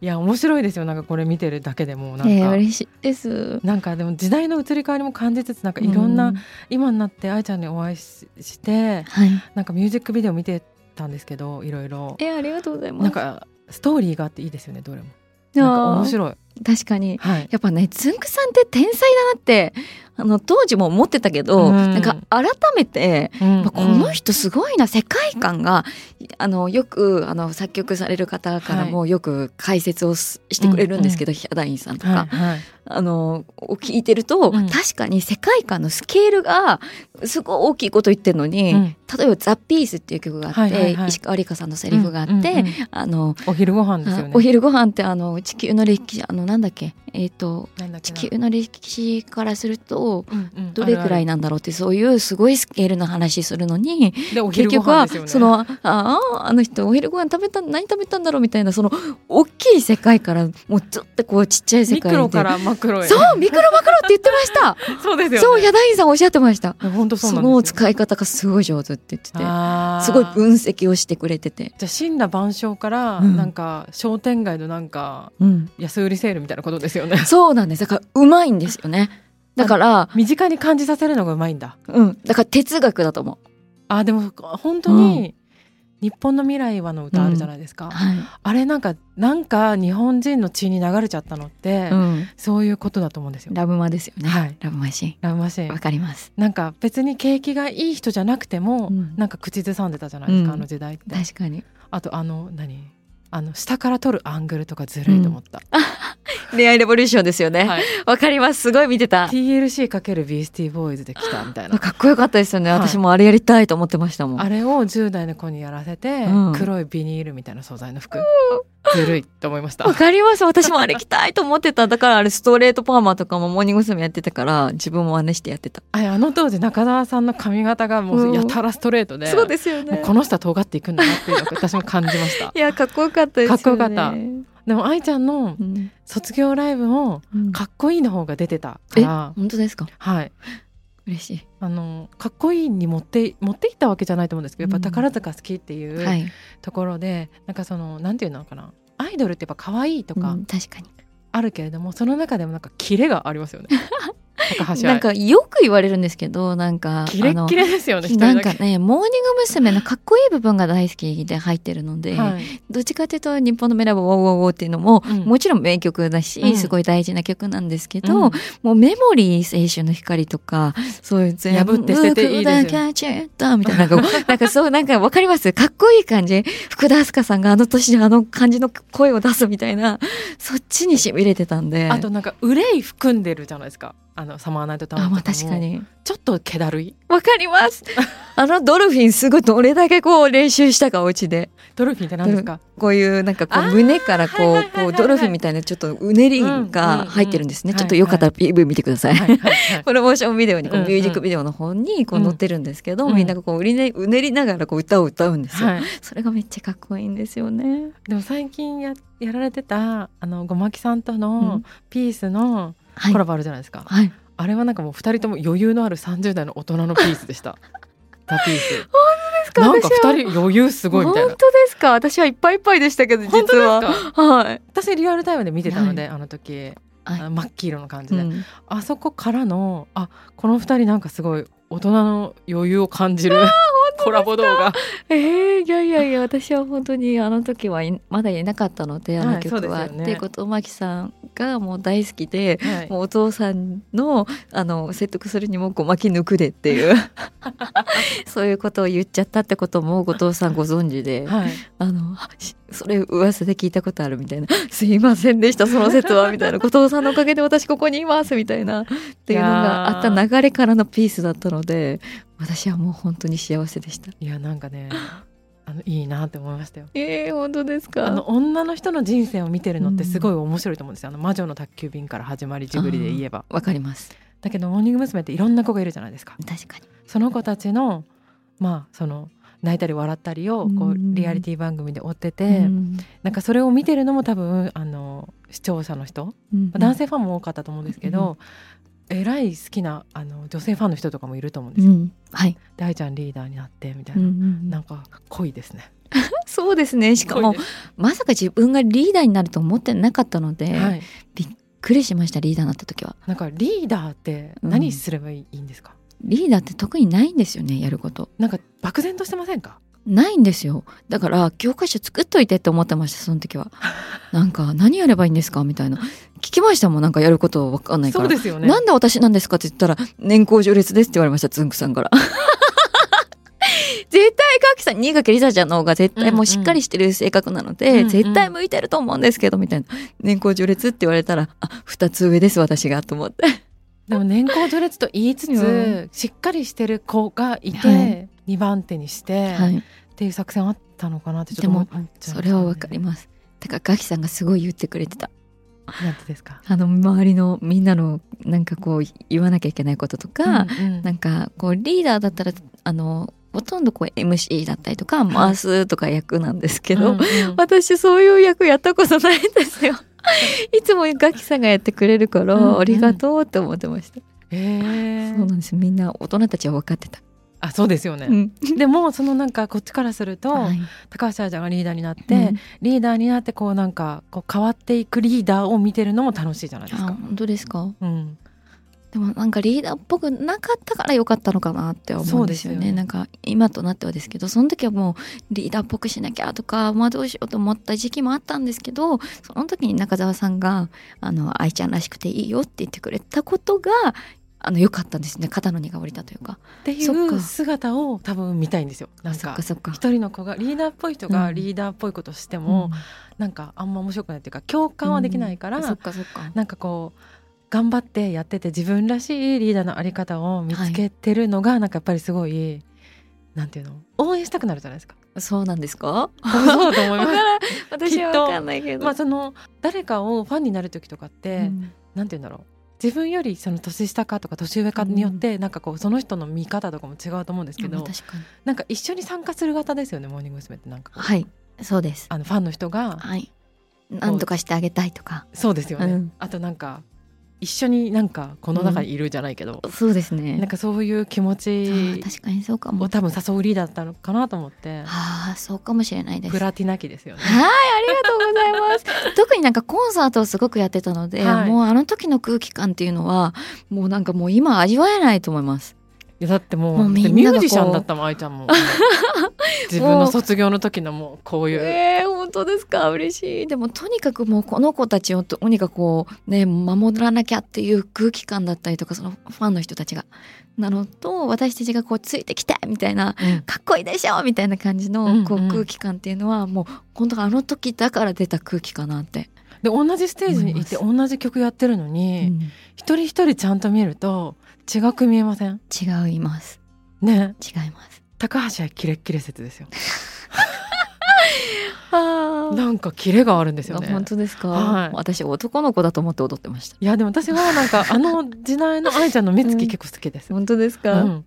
Speaker 2: いや面白いですよなんかこれ見てるだけでもうなんか、
Speaker 3: えー、嬉しいです。
Speaker 2: なんかでも時代の移り変わりも感じつつなんかいろんな、
Speaker 3: う
Speaker 2: 今になって愛ちゃんにお会いしして
Speaker 3: はい。
Speaker 2: なんかミュージックビデオ見てたんですけどいろいろ
Speaker 3: えーありがとうございます。
Speaker 2: なんかストーリーがあっていいですよねどれも。なんか面白い。
Speaker 3: あー確かに。
Speaker 2: はい。
Speaker 3: やっぱねつんくさんって天才だなってあの当時も思ってたけど、
Speaker 2: うん
Speaker 3: なんか改めて
Speaker 2: うん
Speaker 3: まあこの人すごいな世界観があのよくあの作曲される方からもよく解説をすしてくれるんですけど、ヒャダインさんとか、
Speaker 2: はいはい
Speaker 3: あのを聞いてると、
Speaker 2: うん
Speaker 3: 確かに世界観のスケールがすごい大きいこと言ってるのに、
Speaker 2: うん
Speaker 3: 例えば「ザ・ピースっていう曲があって、
Speaker 2: はいはいはい
Speaker 3: 石川梨花さんのセリフがあって、
Speaker 2: うんうんうん
Speaker 3: あの
Speaker 2: お昼ご飯ですよね。
Speaker 3: お昼ご飯ってあの地球の歴史あのなんだっけえっ、と
Speaker 2: なんだっけ
Speaker 3: 地
Speaker 2: な
Speaker 3: 球の歴史からすると
Speaker 2: うんうん
Speaker 3: どれくら
Speaker 2: あ
Speaker 3: い
Speaker 2: る
Speaker 3: なんだろうってそういうすごいスケールの話するのに
Speaker 2: あるでお昼
Speaker 3: 結
Speaker 2: ご
Speaker 3: 局
Speaker 2: 飯
Speaker 3: は
Speaker 2: ですよね。
Speaker 3: そのあああの人お昼ご飯食べた何食べたんだろうみたいなその大きい世界からもうずっとこうちっちゃい世
Speaker 2: ミ
Speaker 3: 界
Speaker 2: ク
Speaker 3: で
Speaker 2: ロからマクロへ。
Speaker 3: そうミクロマクロって言ってました、
Speaker 2: そうですよね。
Speaker 3: そうヒャダインさんおっしゃってました
Speaker 2: 本当そ
Speaker 3: そう
Speaker 2: なんですよ。
Speaker 3: の使い方がすごい上手って言ってて
Speaker 2: あー
Speaker 3: すごい分析をしてくれてて、
Speaker 2: じゃあ神羅万象から
Speaker 3: うん
Speaker 2: なんか商店街のなんか
Speaker 3: うん、
Speaker 2: 安売りセールみたいなことですよね *laughs*
Speaker 3: そうなんですだからうまいんですよねだから
Speaker 2: 身近に感じさせるのがうまいんだ
Speaker 3: うんだから哲学だと思
Speaker 2: あーでも本当に「日本の未来は」の歌あるじゃないですか、
Speaker 3: う、はい
Speaker 2: あれなんかなんか日本人の血に流れちゃったのって、
Speaker 3: うん、
Speaker 2: そういうことだと思うんですよ
Speaker 3: ラブマですよね、
Speaker 2: はい
Speaker 3: ラブマシ
Speaker 2: ラブマシー
Speaker 3: ーンわ
Speaker 2: ン
Speaker 3: かります
Speaker 2: なんか別に景気がいい人じゃなくても、
Speaker 3: うん
Speaker 2: なんか口ずさんでたじゃないですか、
Speaker 3: うん
Speaker 2: あの時代って
Speaker 3: 確かに
Speaker 2: あとあの何あの下から撮るアングルとかずるいと思った、
Speaker 3: 恋愛レボリューションですよね
Speaker 2: はい、
Speaker 3: わかりますすごい見てた
Speaker 2: TLC× かけるビースティーボーイズで来たみたいな
Speaker 3: かっこよかったですよね、
Speaker 2: はい
Speaker 3: 私もあれやりたいと思ってましたもん
Speaker 2: あれを10代の子にやらせて、
Speaker 3: うん
Speaker 2: 黒いビニールみたいな素材の服ずるいと思いました
Speaker 3: わかります私もあれ着たいと思ってただからあれストレートパーマとかもモーニング娘。やってたから自分も真似してやってた
Speaker 2: ああの当時中澤さんの髪型がも
Speaker 3: うん
Speaker 2: うやたらストレートで、
Speaker 3: すよ
Speaker 2: もうこの人は尖っていくんだなっていうのを私も感じました
Speaker 3: *laughs* いやかっこよかったですよね
Speaker 2: かっこよかったでも愛ちゃんの
Speaker 3: うん
Speaker 2: 卒業ライブも
Speaker 3: うん
Speaker 2: かっこいいの方が出てたから
Speaker 3: 本当ですか
Speaker 2: はい
Speaker 3: 嬉し
Speaker 2: あのかっこいいに持って持っていったわけじゃないと思うんですけどやっ
Speaker 3: うん
Speaker 2: ぱ宝塚好きってい
Speaker 3: いは
Speaker 2: う
Speaker 3: い
Speaker 2: ところで、なんかそのなんていうのかなアイドルってやっぱ可愛いとか
Speaker 3: うん確かに
Speaker 2: あるけれども、その中でもなんかキレがありますよ
Speaker 3: *laughs*
Speaker 2: ね高橋
Speaker 3: な
Speaker 2: 愛
Speaker 3: んかよく言われるんですけどなんか
Speaker 2: キレッキレですよね。一
Speaker 3: な
Speaker 2: 人
Speaker 3: ん
Speaker 2: だけ
Speaker 3: かねモーニング娘。のかっこいい部分が大好きで入ってるので、
Speaker 2: はい
Speaker 3: どっちかというと日本のメラボウォーウォーウォーっていうのも、
Speaker 2: うん
Speaker 3: もちろん名曲だし、
Speaker 2: うん
Speaker 3: すごい大事な曲なんですけど、
Speaker 2: うん
Speaker 3: もうメモリー青春の光とか、そういう全
Speaker 2: 破って捨てていいですよ
Speaker 3: 福田キャチェットみたいな、なんか、 *laughs* なんかそう、なんかわかりますかっこいい感じ。福田明日香さんがあの年であの感じの声を出すみたいな、そっちに痺れてたんで。
Speaker 2: あとなんか憂い含んでるじゃないですか。あのサマーナイトタウン
Speaker 3: あ、まあ
Speaker 2: と
Speaker 3: 確か
Speaker 2: かも
Speaker 3: に。
Speaker 2: ちょっと気だるい
Speaker 3: わかります。あのドルフィンすごいどれだけこう練習したかお家で。
Speaker 2: ドルフィンって何ですか
Speaker 3: こういうなんかこ
Speaker 2: あ
Speaker 3: う
Speaker 2: ー
Speaker 3: 胸からこ
Speaker 2: は
Speaker 3: う
Speaker 2: いはいはいはい
Speaker 3: こ
Speaker 2: は
Speaker 3: う
Speaker 2: い
Speaker 3: ドルフィンみたいなちょっとうねりが入ってるんですね。
Speaker 2: うんうん
Speaker 3: ち
Speaker 2: う
Speaker 3: ょ
Speaker 2: ん
Speaker 3: っとよかったら PV 見てください。
Speaker 2: はいはいはい
Speaker 3: プロモーションビデオに *laughs* こう
Speaker 2: うん
Speaker 3: ミ
Speaker 2: うん
Speaker 3: ュージックビデオの方にこう載ってるんですけど、
Speaker 2: うん
Speaker 3: みんながこううりねうねりながらこう歌を歌うんですよ、
Speaker 2: はい
Speaker 3: それがめっちゃかっこいいんですよね。
Speaker 2: でも最近ややられてたあのごまきさんと
Speaker 3: う
Speaker 2: の
Speaker 3: ん
Speaker 2: ピースの
Speaker 3: はい
Speaker 2: コラボあるじゃないですか、
Speaker 3: はい、
Speaker 2: あれはなんかもう二人とも余裕のある30代の大人のピースで
Speaker 3: *laughs*
Speaker 2: した。ザピース。
Speaker 3: か
Speaker 2: なんか
Speaker 3: 私は
Speaker 2: 二人余裕すごいみたいな
Speaker 3: 本。当ですか私はいっぱいいっぱいでしたけど
Speaker 2: 本当
Speaker 3: 実
Speaker 2: です
Speaker 3: は。
Speaker 2: か。
Speaker 3: はい、
Speaker 2: 私リアルタイムで見てたので、あの時、
Speaker 3: はい
Speaker 2: あ真っ黄色の感じ
Speaker 3: う
Speaker 2: で、
Speaker 3: ん
Speaker 2: あそこからのあこの二人なんかすごい大人の余裕を感じるコラボ動画。
Speaker 3: えー、いやい
Speaker 2: *laughs*
Speaker 3: やいや私は本当にあの時はいまだいなかったのであ
Speaker 2: は
Speaker 3: の
Speaker 2: いそう
Speaker 3: 曲
Speaker 2: です
Speaker 3: は。
Speaker 2: よね
Speaker 3: で後牧さんがもう大好きで。
Speaker 2: はい
Speaker 3: もうお父さんのあの説得するにもごまき抜くでっていう *laughs* そういうことを言っちゃったってことも後藤さんご存知で
Speaker 2: はい、
Speaker 3: あのしそれ噂で聞いたことあるみたいな「すいませんでしたその説は」みたいな「後藤さんのおかげで私ここにいます」みたいなっていうのがあった流れからのピースだったので私はもう本当に幸せでした。
Speaker 2: いやなんか *laughs* ねあのいいなって思いましたよ。
Speaker 3: えー、本当ですか
Speaker 2: あの女の人の人生を見てるのってすごい面白いと思うんですよ。あの魔女の宅急便から始まりジブリで言えば。
Speaker 3: わかります
Speaker 2: だけどモーニング娘。っていろんな子がいるじゃないですか。
Speaker 3: 確かに
Speaker 2: その子たちのまあその泣いたり笑ったりをこ
Speaker 3: う
Speaker 2: うんリアリティ番組で追ってて、
Speaker 3: うん
Speaker 2: なんかそれを見てるのも多分あの視聴者の人、
Speaker 3: うん
Speaker 2: まあ男性ファンも多かったと思うんですけど、えらい好きなあの女性ファンの人とかもいると思うんで
Speaker 3: う
Speaker 2: すよ。
Speaker 3: んはい、
Speaker 2: 大ちゃんリーダーになってみたいうな、
Speaker 3: んうん
Speaker 2: なんか濃いですね。
Speaker 3: そうですねしかも
Speaker 2: 濃いです
Speaker 3: まさか自分がリーダーになると思ってなかったので、
Speaker 2: はい、
Speaker 3: 苦りしましたリーダーになった時は
Speaker 2: なんかリーダーって何すればいいんですか、
Speaker 3: リーダーって特にないんですよねやること
Speaker 2: なんか漠然としてませんか
Speaker 3: ないんですよだから教科書作っといてって思ってましたその時
Speaker 2: *laughs*
Speaker 3: はなんか何やればいいんですかみたいな聞きましたもんなんかやることわかんないか
Speaker 2: そ
Speaker 3: ら
Speaker 2: うですよね。
Speaker 3: なんで私なんですかって言ったら年功序列ですって言われましたズンクさんから絶対ガキさん新垣リサちゃんの方が絶対もうしっかりしてる性格なので、
Speaker 2: うんうん
Speaker 3: 絶対向いてると思うんですけどみたいな年功序列って言われたらあ二つ上です私がと思って
Speaker 2: でも年功序列と言いつ
Speaker 3: う
Speaker 2: つしっかりしてる子がい
Speaker 3: は
Speaker 2: て、二番手にして、
Speaker 3: はい
Speaker 2: っていう作戦あったのかなってちょっと思っちゃいましたね
Speaker 3: それはわかりますだからガキさんがすごい言ってくれてた
Speaker 2: なんてですか。
Speaker 3: あの周りのみんなのなんかこう言わなきゃいけないこととか、
Speaker 2: うんうん
Speaker 3: なんかこうリーダーだったらあのほとんどこう MC だったりとか回すとか役なんですけど、
Speaker 2: うん
Speaker 3: *laughs*
Speaker 2: うん
Speaker 3: 私そういう役やったことないんです *laughs* よいつもガキさんがやってくれるから、
Speaker 2: うんうん
Speaker 3: ありがとうって思ってました、
Speaker 2: えー
Speaker 3: そうなんですよみんな大人たちは分かってた、
Speaker 2: あそうですよ
Speaker 3: う
Speaker 2: ね。
Speaker 3: ん
Speaker 2: *laughs* でもそのなんかこっちからすると、
Speaker 3: はい
Speaker 2: 高橋愛ちゃんがリーダーになって、
Speaker 3: うん
Speaker 2: リーダーになってこうなんかこう変わっていくリーダーを見てるのも楽しいじゃないで
Speaker 3: あ
Speaker 2: すか。
Speaker 3: 本当ですか
Speaker 2: うん。
Speaker 3: でもなんかリーダーっぽくなかったから良かったのかなって思うんですよね
Speaker 2: そうですよね
Speaker 3: なんか今となってはですけどその時はもうリーダーっぽくしなきゃとかまあどうしようと思った時期もあったんですけどその時に中澤さんが「あの愛ちゃんらしくていいよ」って言ってくれたことがあの良かったんですね肩の荷が下りたというか
Speaker 2: ってい
Speaker 3: そっか
Speaker 2: う姿を多分見たいんですよ。なん
Speaker 3: そっ
Speaker 2: か
Speaker 3: かそっか。
Speaker 2: 一人の子がリーダーっぽい人が
Speaker 3: うん
Speaker 2: リーダーっぽいことしても、
Speaker 3: も
Speaker 2: なんかあんま面白くないっていうか共感はできないから、
Speaker 3: そっかそっか
Speaker 2: なんかこう頑張ってやってて自分らしいリーダーのあり方を見つけてるのが、なんかやっぱりすごいなんていうの応援したくなるじゃないですか。
Speaker 3: そうなんですか
Speaker 2: そうだと思い
Speaker 3: *laughs* わ
Speaker 2: ま
Speaker 3: からん *laughs* 私は
Speaker 2: きっと
Speaker 3: わかんないけ
Speaker 2: す。
Speaker 3: ど、
Speaker 2: まあその誰かをファンになる時とかって、
Speaker 3: うん
Speaker 2: なんていうんだろう自分よりその年下かとか年上かによって、なんかこうその人の見方とかも違うと思うんですけ
Speaker 3: まあ
Speaker 2: ど、
Speaker 3: 確かに
Speaker 2: なんか一緒に参加する型ですよねモーニング娘。ってなんかこう
Speaker 3: はいそうです
Speaker 2: あのファンの人が
Speaker 3: はいなんとかしてあげたいとか
Speaker 2: そうですよね、
Speaker 3: うん
Speaker 2: あとなんか一緒になんかこの中にいるじゃないけど、
Speaker 3: そうですね
Speaker 2: なんかそういう気持
Speaker 3: あー
Speaker 2: ち
Speaker 3: 確かにそうかも
Speaker 2: を多分誘うリーダーだったのかなと思って
Speaker 3: ああそうかもしれないです
Speaker 2: プ
Speaker 3: は
Speaker 2: ラ
Speaker 3: い
Speaker 2: ティナ期ですよね。
Speaker 3: ありがとうございます
Speaker 2: *laughs*
Speaker 3: 特になんかコンサートをすごくやってたので、
Speaker 2: はい
Speaker 3: もうあの時の空気感っていうのはもうなんかもう今味わえないと思います
Speaker 2: いやだってもう
Speaker 3: もうみんなが
Speaker 2: ミ
Speaker 3: こう
Speaker 2: ュージシャンだったもん愛ちゃ
Speaker 3: *laughs*
Speaker 2: んも自分の卒業の時のもうこういう
Speaker 3: えー、本当ですか嬉しいでもとにかくもうこの子たちをとにかくこうね守らなきゃっていう空気感だったりとかそのファンの人たちがなのと私たちがこうついてきてみたいな
Speaker 2: うん
Speaker 3: かっこいいでしょみたいな感じ
Speaker 2: うんう
Speaker 3: の
Speaker 2: ん
Speaker 3: こう空気感っていうのはもう本当あの時だから出た空気かなって
Speaker 2: で同じステージにいて
Speaker 3: 思
Speaker 2: 同じ曲やってるのに、
Speaker 3: うん
Speaker 2: 一人一人ちゃんと見ると違く見えません
Speaker 3: 違います
Speaker 2: ね
Speaker 3: 違います
Speaker 2: 高橋はキレッキレ説ですよ
Speaker 3: あ
Speaker 2: なんかキレがあるんですよね
Speaker 3: 本当ですか、
Speaker 2: はい
Speaker 3: 私男の子だと思って踊ってました
Speaker 2: いやでも私はなん
Speaker 3: *laughs*
Speaker 2: かあの時代の愛ちゃんの目つき結構好きです、
Speaker 3: 本当です
Speaker 2: う
Speaker 3: か、
Speaker 2: ん、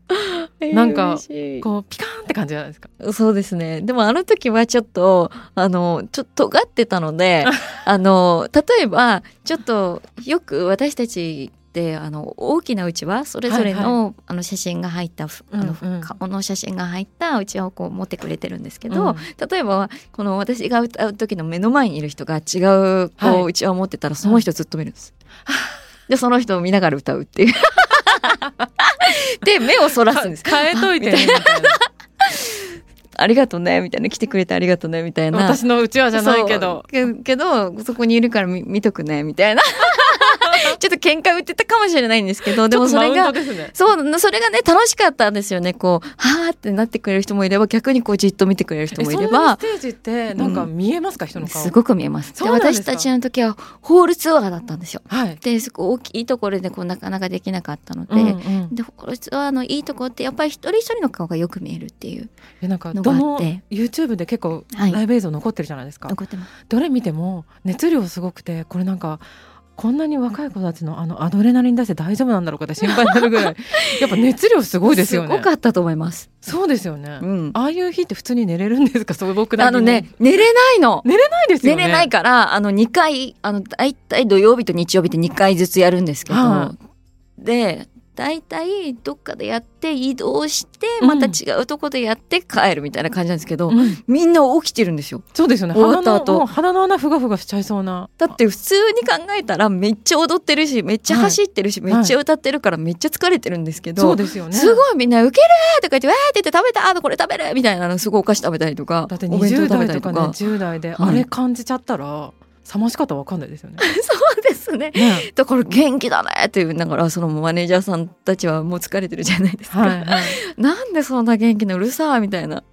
Speaker 3: えー
Speaker 2: なんか
Speaker 3: 嬉しい
Speaker 2: こうピカーンって感じじゃないですか
Speaker 3: そうですね。でもあの時はちょっと、あの、ちょっと尖ってた
Speaker 2: *laughs*
Speaker 3: ので、あの、例えば、ちょっと、よく私たちで、あの、大きなうちわ、それぞれの、
Speaker 2: は
Speaker 3: あの、写真が入った、あの、
Speaker 2: うんうん
Speaker 3: 顔の写真が入ったうちわをこう持ってくれてるんですけ
Speaker 2: う
Speaker 3: ど、
Speaker 2: ん
Speaker 3: 例えば、この私が歌う時の目の前にいる人が違う、
Speaker 2: は
Speaker 3: こ、
Speaker 2: いう
Speaker 3: うちわを持ってたら、その人ずっと見るんです。で、その人を見ながら歌
Speaker 2: *laughs*
Speaker 3: うっていう。で、目をそらすんです。
Speaker 2: 変えといてねみたいな
Speaker 3: ありがとうねみたいな来てくれてありがとうねみたいな
Speaker 2: 私のうちわじゃないけど
Speaker 3: そうけけどそこにいるから見見とくね
Speaker 2: *laughs*
Speaker 3: みたいなちょっと喧嘩売ってたかもしれないんですけどでもそれ
Speaker 2: *laughs* ちょ
Speaker 3: が
Speaker 2: っとマウントですね
Speaker 3: そうそれがね楽しかったんですよねこうはーってなってくれる人もいれば逆にこうじっと見てくれる人
Speaker 2: え
Speaker 3: もい
Speaker 2: そ
Speaker 3: れ
Speaker 2: んな
Speaker 3: ば
Speaker 2: ステージってなんか見えますか、人の顔
Speaker 3: すごく見えますで
Speaker 2: そうなんです
Speaker 3: 私
Speaker 2: か
Speaker 3: たちの時はホールツアーだったんですよ
Speaker 2: はい、
Speaker 3: ですごい大きいところでこうなかなかできなかったので、
Speaker 2: うんうん
Speaker 3: でホールツアーのいいところってやっぱり一人一人の顔がよく見えるっていう
Speaker 2: えなんか
Speaker 3: のが
Speaker 2: ど
Speaker 3: あっ
Speaker 2: の
Speaker 3: て
Speaker 2: YouTube で結構
Speaker 3: はい
Speaker 2: ライブ映像残ってるじゃないですか、
Speaker 3: 残ってます
Speaker 2: どれ見ても熱量すごくてこれなんかこんなに若い子たちのあのアドレナリン出して大丈夫なんだろうかって心配になる
Speaker 3: *laughs*
Speaker 2: ぐらいやっぱ熱量すごいですよね
Speaker 3: ごかったと思います。
Speaker 2: そうですよね、
Speaker 3: うん。
Speaker 2: ああいう日って普通に寝れるんですか素朴な
Speaker 3: あ
Speaker 2: 疑
Speaker 3: の
Speaker 2: 問
Speaker 3: ね、寝れないの。
Speaker 2: ないです
Speaker 3: 寝
Speaker 2: よね
Speaker 3: れないから、あの、2回、あの、大体土曜日と日曜日で2回ずつやるんですけど
Speaker 2: は、
Speaker 3: で、大体どっかでやって移動して、
Speaker 2: うん
Speaker 3: また違うとこでやって帰るみたいな感じなんですけど、
Speaker 2: うん
Speaker 3: みんな起きてるんですよ。
Speaker 2: そうですよね
Speaker 3: 終わ
Speaker 2: 鼻
Speaker 3: った
Speaker 2: の
Speaker 3: 後
Speaker 2: もう鼻の穴ふがふがしちゃいそうな
Speaker 3: だって普通に考えたらめっちゃ踊ってるし、めっちゃ走ってるし、
Speaker 2: い
Speaker 3: めっちゃ歌ってるからめっちゃ疲れてるんですけど、
Speaker 2: そうですよね
Speaker 3: すごいみんなウケるとか言って、わーって言って食べたこれ食べるみたいなのすごいお菓子食べたりとか、
Speaker 2: だって
Speaker 3: お弁当
Speaker 2: 20
Speaker 3: 食べ
Speaker 2: 代
Speaker 3: た
Speaker 2: と
Speaker 3: り
Speaker 2: かね10代で
Speaker 3: はい
Speaker 2: あれ感じちゃったら冷まし方わかんないです
Speaker 3: *laughs*
Speaker 2: よね
Speaker 3: そうですね。
Speaker 2: ね
Speaker 3: だから元気だねって言いながらそのマネージャーさんたちはもう疲れてるじゃないですか、
Speaker 2: はい、はい、
Speaker 3: *laughs* なんでそんな元気なうるさいみたいな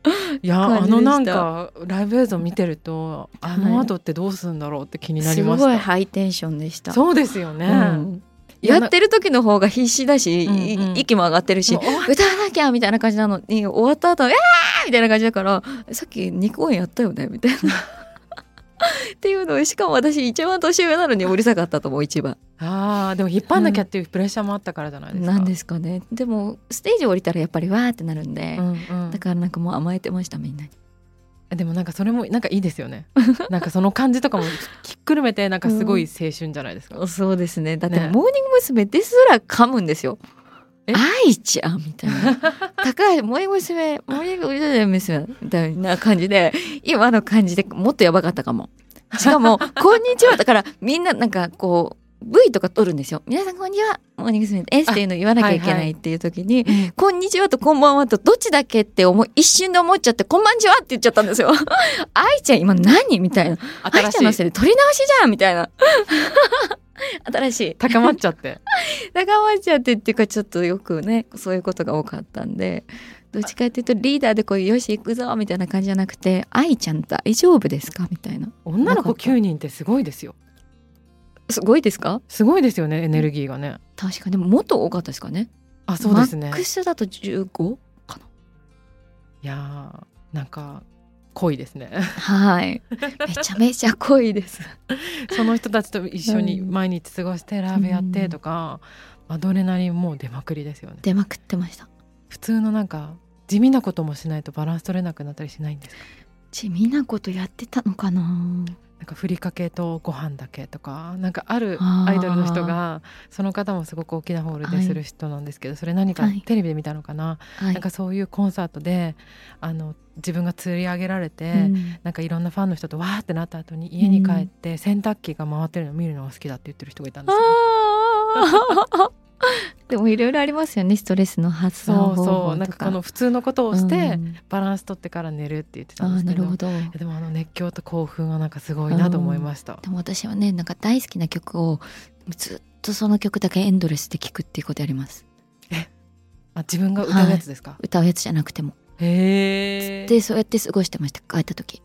Speaker 3: い
Speaker 2: や
Speaker 3: 感
Speaker 2: あ
Speaker 3: じ
Speaker 2: の
Speaker 3: でした
Speaker 2: なんかライブ映像見てるとあの後ってどうするんだろうって気になり
Speaker 3: す
Speaker 2: まし
Speaker 3: ごい
Speaker 2: た、
Speaker 3: ハイテンションでした
Speaker 2: そうですよね、
Speaker 3: うん
Speaker 2: いや
Speaker 3: やってる時の方が必死だし、
Speaker 2: うん
Speaker 3: い
Speaker 2: うん
Speaker 3: 息も上がってるし
Speaker 2: もう終わっ
Speaker 3: 歌わなきゃみたいな感じなのに終わった後「えー!」みたいな感じだからさっき2公演やったよねみたいな。 *laughs* っていうのをしかも私一番年上なのにうるさかったと思う一番。
Speaker 2: あーでも引っ張んなきゃっていうプレッシャーもあったからじゃないですか。
Speaker 3: なんですかねでもステージ降りたらやっぱりわーってなるんで、
Speaker 2: うんうん
Speaker 3: だからなんかもう甘えてましたみんなに。
Speaker 2: でもなんかそれもなんかいいですよ
Speaker 3: *laughs*
Speaker 2: ねなんかその感じとかもひっくるめてなんかすごい青春じゃないですか、
Speaker 3: そうですね。だって、
Speaker 2: ね
Speaker 3: モーニング娘。ですら噛むんですよ。
Speaker 2: え
Speaker 3: 愛ちゃんみたいな。 *laughs* 高橋、モーニング娘。モーニング娘。みたいな感じで、今の感じでもっとやばかったかも。しか *laughs* も、こんにちは。だから、みんななんかこう、V とか撮るんですよ。皆さんこんにちは。モーニング娘。ですっていうのを言わなきゃいけ
Speaker 2: あは
Speaker 3: ない
Speaker 2: はい
Speaker 3: いっていう時に、こんにちはとこんばんはとどっちだっけって思い、一瞬で思っちゃって、こんばんちはって言っちゃったん *laughs* ですよ。愛ちゃん今何みたいな。愛ちゃん
Speaker 2: 新
Speaker 3: の
Speaker 2: し
Speaker 3: せ
Speaker 2: い
Speaker 3: いで撮り直しじゃんみた *laughs* いな。新しい。
Speaker 2: 高まっちゃって
Speaker 3: 仲間ちゃんってっていうかちょっとよくね、そういうことが多かったんで、どっちかっていうとリーダーでこう、よし行くぞみたいな感じじゃなくて、愛ちゃん大丈夫ですかみたいな。
Speaker 2: 女の子
Speaker 3: なんか
Speaker 2: 9人ってすごいですよ
Speaker 3: すごいですか
Speaker 2: すごいですよねエネルギーがね
Speaker 3: 確かに。でももっと多かったですかね。
Speaker 2: あそうですね
Speaker 3: マックスだと 15?
Speaker 2: いやーなんか濃いですね
Speaker 3: はい。めちゃめちゃ濃い *laughs* です。
Speaker 2: その人たちと一緒に
Speaker 3: うん
Speaker 2: 毎日過ごしてライブやってとか、アドレナリンもう出まくりですよね
Speaker 3: 出まくってました。
Speaker 2: 普通のなんか地味なこともしないとバランス取れなくなったりしないんですか
Speaker 3: 地味なことやってたのか
Speaker 2: な
Speaker 3: な
Speaker 2: んかふりかけとご飯だけとかなんかある
Speaker 3: あー
Speaker 2: アイドルの人がその方もすごく大きなホールでする人なんですけど、それ何か
Speaker 3: はい
Speaker 2: テレビで見たのかな、
Speaker 3: はい
Speaker 2: なんかそういうコンサートであの自分が釣り上げられて、
Speaker 3: うん
Speaker 2: なんかいろんなファンの人とわーってなった後に家に帰って洗濯機が回ってるのを見るのが好きだって言ってる人がいたんですよ。
Speaker 3: あーでもいろいろありますよねストレスの発散
Speaker 2: そう
Speaker 3: 方法とか
Speaker 2: そうなんかこの普通のことをし
Speaker 3: う
Speaker 2: て
Speaker 3: ん
Speaker 2: バランス取ってから寝るって言って
Speaker 3: あ
Speaker 2: たんで
Speaker 3: ー
Speaker 2: すけ
Speaker 3: な
Speaker 2: ど,、
Speaker 3: るほどで
Speaker 2: でもあの熱狂と興奮はなんかすごいなと思いました。
Speaker 3: も私はねなんか大好きな曲をずっとその曲だけエンドレスで聴くっていうことやります
Speaker 2: あ自分が歌うやつですか、
Speaker 3: 歌うやつじゃなくても
Speaker 2: へえ
Speaker 3: でそうやって過ごしてました帰った時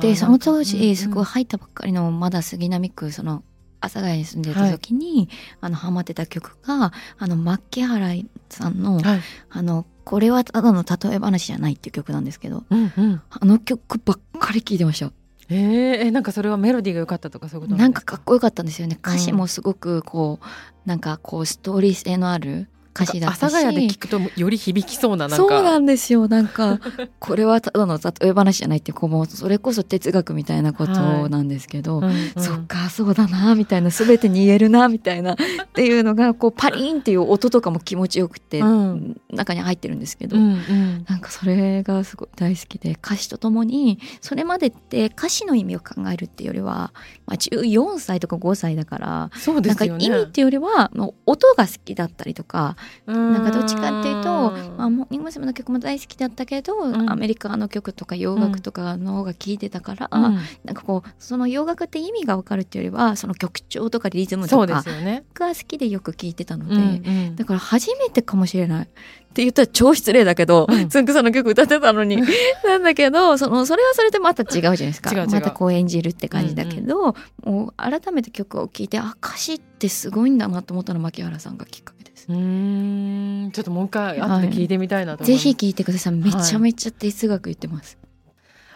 Speaker 3: でその当時すごい
Speaker 2: い
Speaker 3: 入ったばっかりのまだ杉並区その阿佐ヶ谷に住んでた時に、あのハマってた曲があの牧原さんの
Speaker 2: はい
Speaker 3: あのこれはただの例え話じゃないっていう曲なんですけど
Speaker 2: うんうん
Speaker 3: あの曲ばっかり聴いてました
Speaker 2: えー、えなんかそれはメロディーが良かったとかそういうこと
Speaker 3: なん
Speaker 2: です
Speaker 3: かかっこよかったんですよね歌詞もすごくこう、なんかこうストーリー性のある歌詞だったし
Speaker 2: 阿佐ヶ谷で聞くとより響きそうななんか
Speaker 3: そうなんですよなん
Speaker 2: *laughs*
Speaker 3: かこれはただの例え話じゃないってこうもうそれこそ哲学みたいなことなんですけど、
Speaker 2: うんうん
Speaker 3: そっかそうだなみたいな全てに言えるなみたいなっていうのがこうパリンっていう音とかも気持ちよくて、
Speaker 2: うん
Speaker 3: 中に入ってるんですけど、
Speaker 2: うんうん
Speaker 3: なんかそれがすごい大好きで歌詞とともにそれまでって歌詞の意味を考えるっていうよりは、まあ、14歳とか5歳だから。
Speaker 2: そうで
Speaker 3: なん
Speaker 2: す
Speaker 3: か意
Speaker 2: よね
Speaker 3: 味っていうよりはもう音が好きだったりとか
Speaker 2: な
Speaker 3: なんかどっちかっていうと「まあ、
Speaker 2: あ、
Speaker 3: モーニング娘。」の曲も大好きだったけど、
Speaker 2: ん
Speaker 3: アメリカの曲とか洋楽とかの方が聴いてたから、
Speaker 2: うん
Speaker 3: なんかこうその洋楽って意味が分かるっていうよりはその曲調とかリズム
Speaker 2: そ
Speaker 3: と
Speaker 2: うで
Speaker 3: か
Speaker 2: すよね。
Speaker 3: が好きでよく聴いてたので、
Speaker 2: うん
Speaker 3: だから初めてかもしれないって言ったら超失礼だけど、
Speaker 2: うん
Speaker 3: つんくさんの曲歌ってたのになんだけどそのそれはそれでまた違うじゃないですか
Speaker 2: 違う違う
Speaker 3: またこう演じるって感じだけど、もう改めて曲を聴いてあ歌詞ってすごいんだなと思ったのは牧原さんがきっかけです。
Speaker 2: うんうーんちょっともう一回後で聞いてみたいなと思い
Speaker 3: ぜ
Speaker 2: ます。
Speaker 3: ひ聴いてくださいめちゃめちゃ哲学言ってます。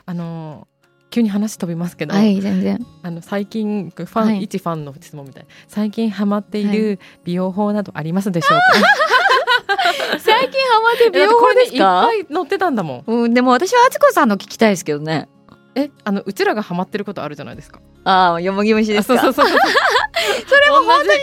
Speaker 2: あの急に話飛びますけど、
Speaker 3: はい、全然
Speaker 2: あの最近ファン、
Speaker 3: はい
Speaker 2: 一ファンの質問みたいな最近ハマってい
Speaker 3: は
Speaker 2: る美容法などありますでしょう
Speaker 3: *laughs*
Speaker 2: か。
Speaker 3: 最近ハマって
Speaker 2: だってこれねいっぱい載ってたんだもん。
Speaker 3: うん、でも私は敦子さんの聞きたいですけどね。
Speaker 2: えあのうちらがハマってることあるじゃないですか。
Speaker 3: ああ、よもぎ虫で
Speaker 2: あ
Speaker 3: すか。
Speaker 2: そうそうそう。それも本当に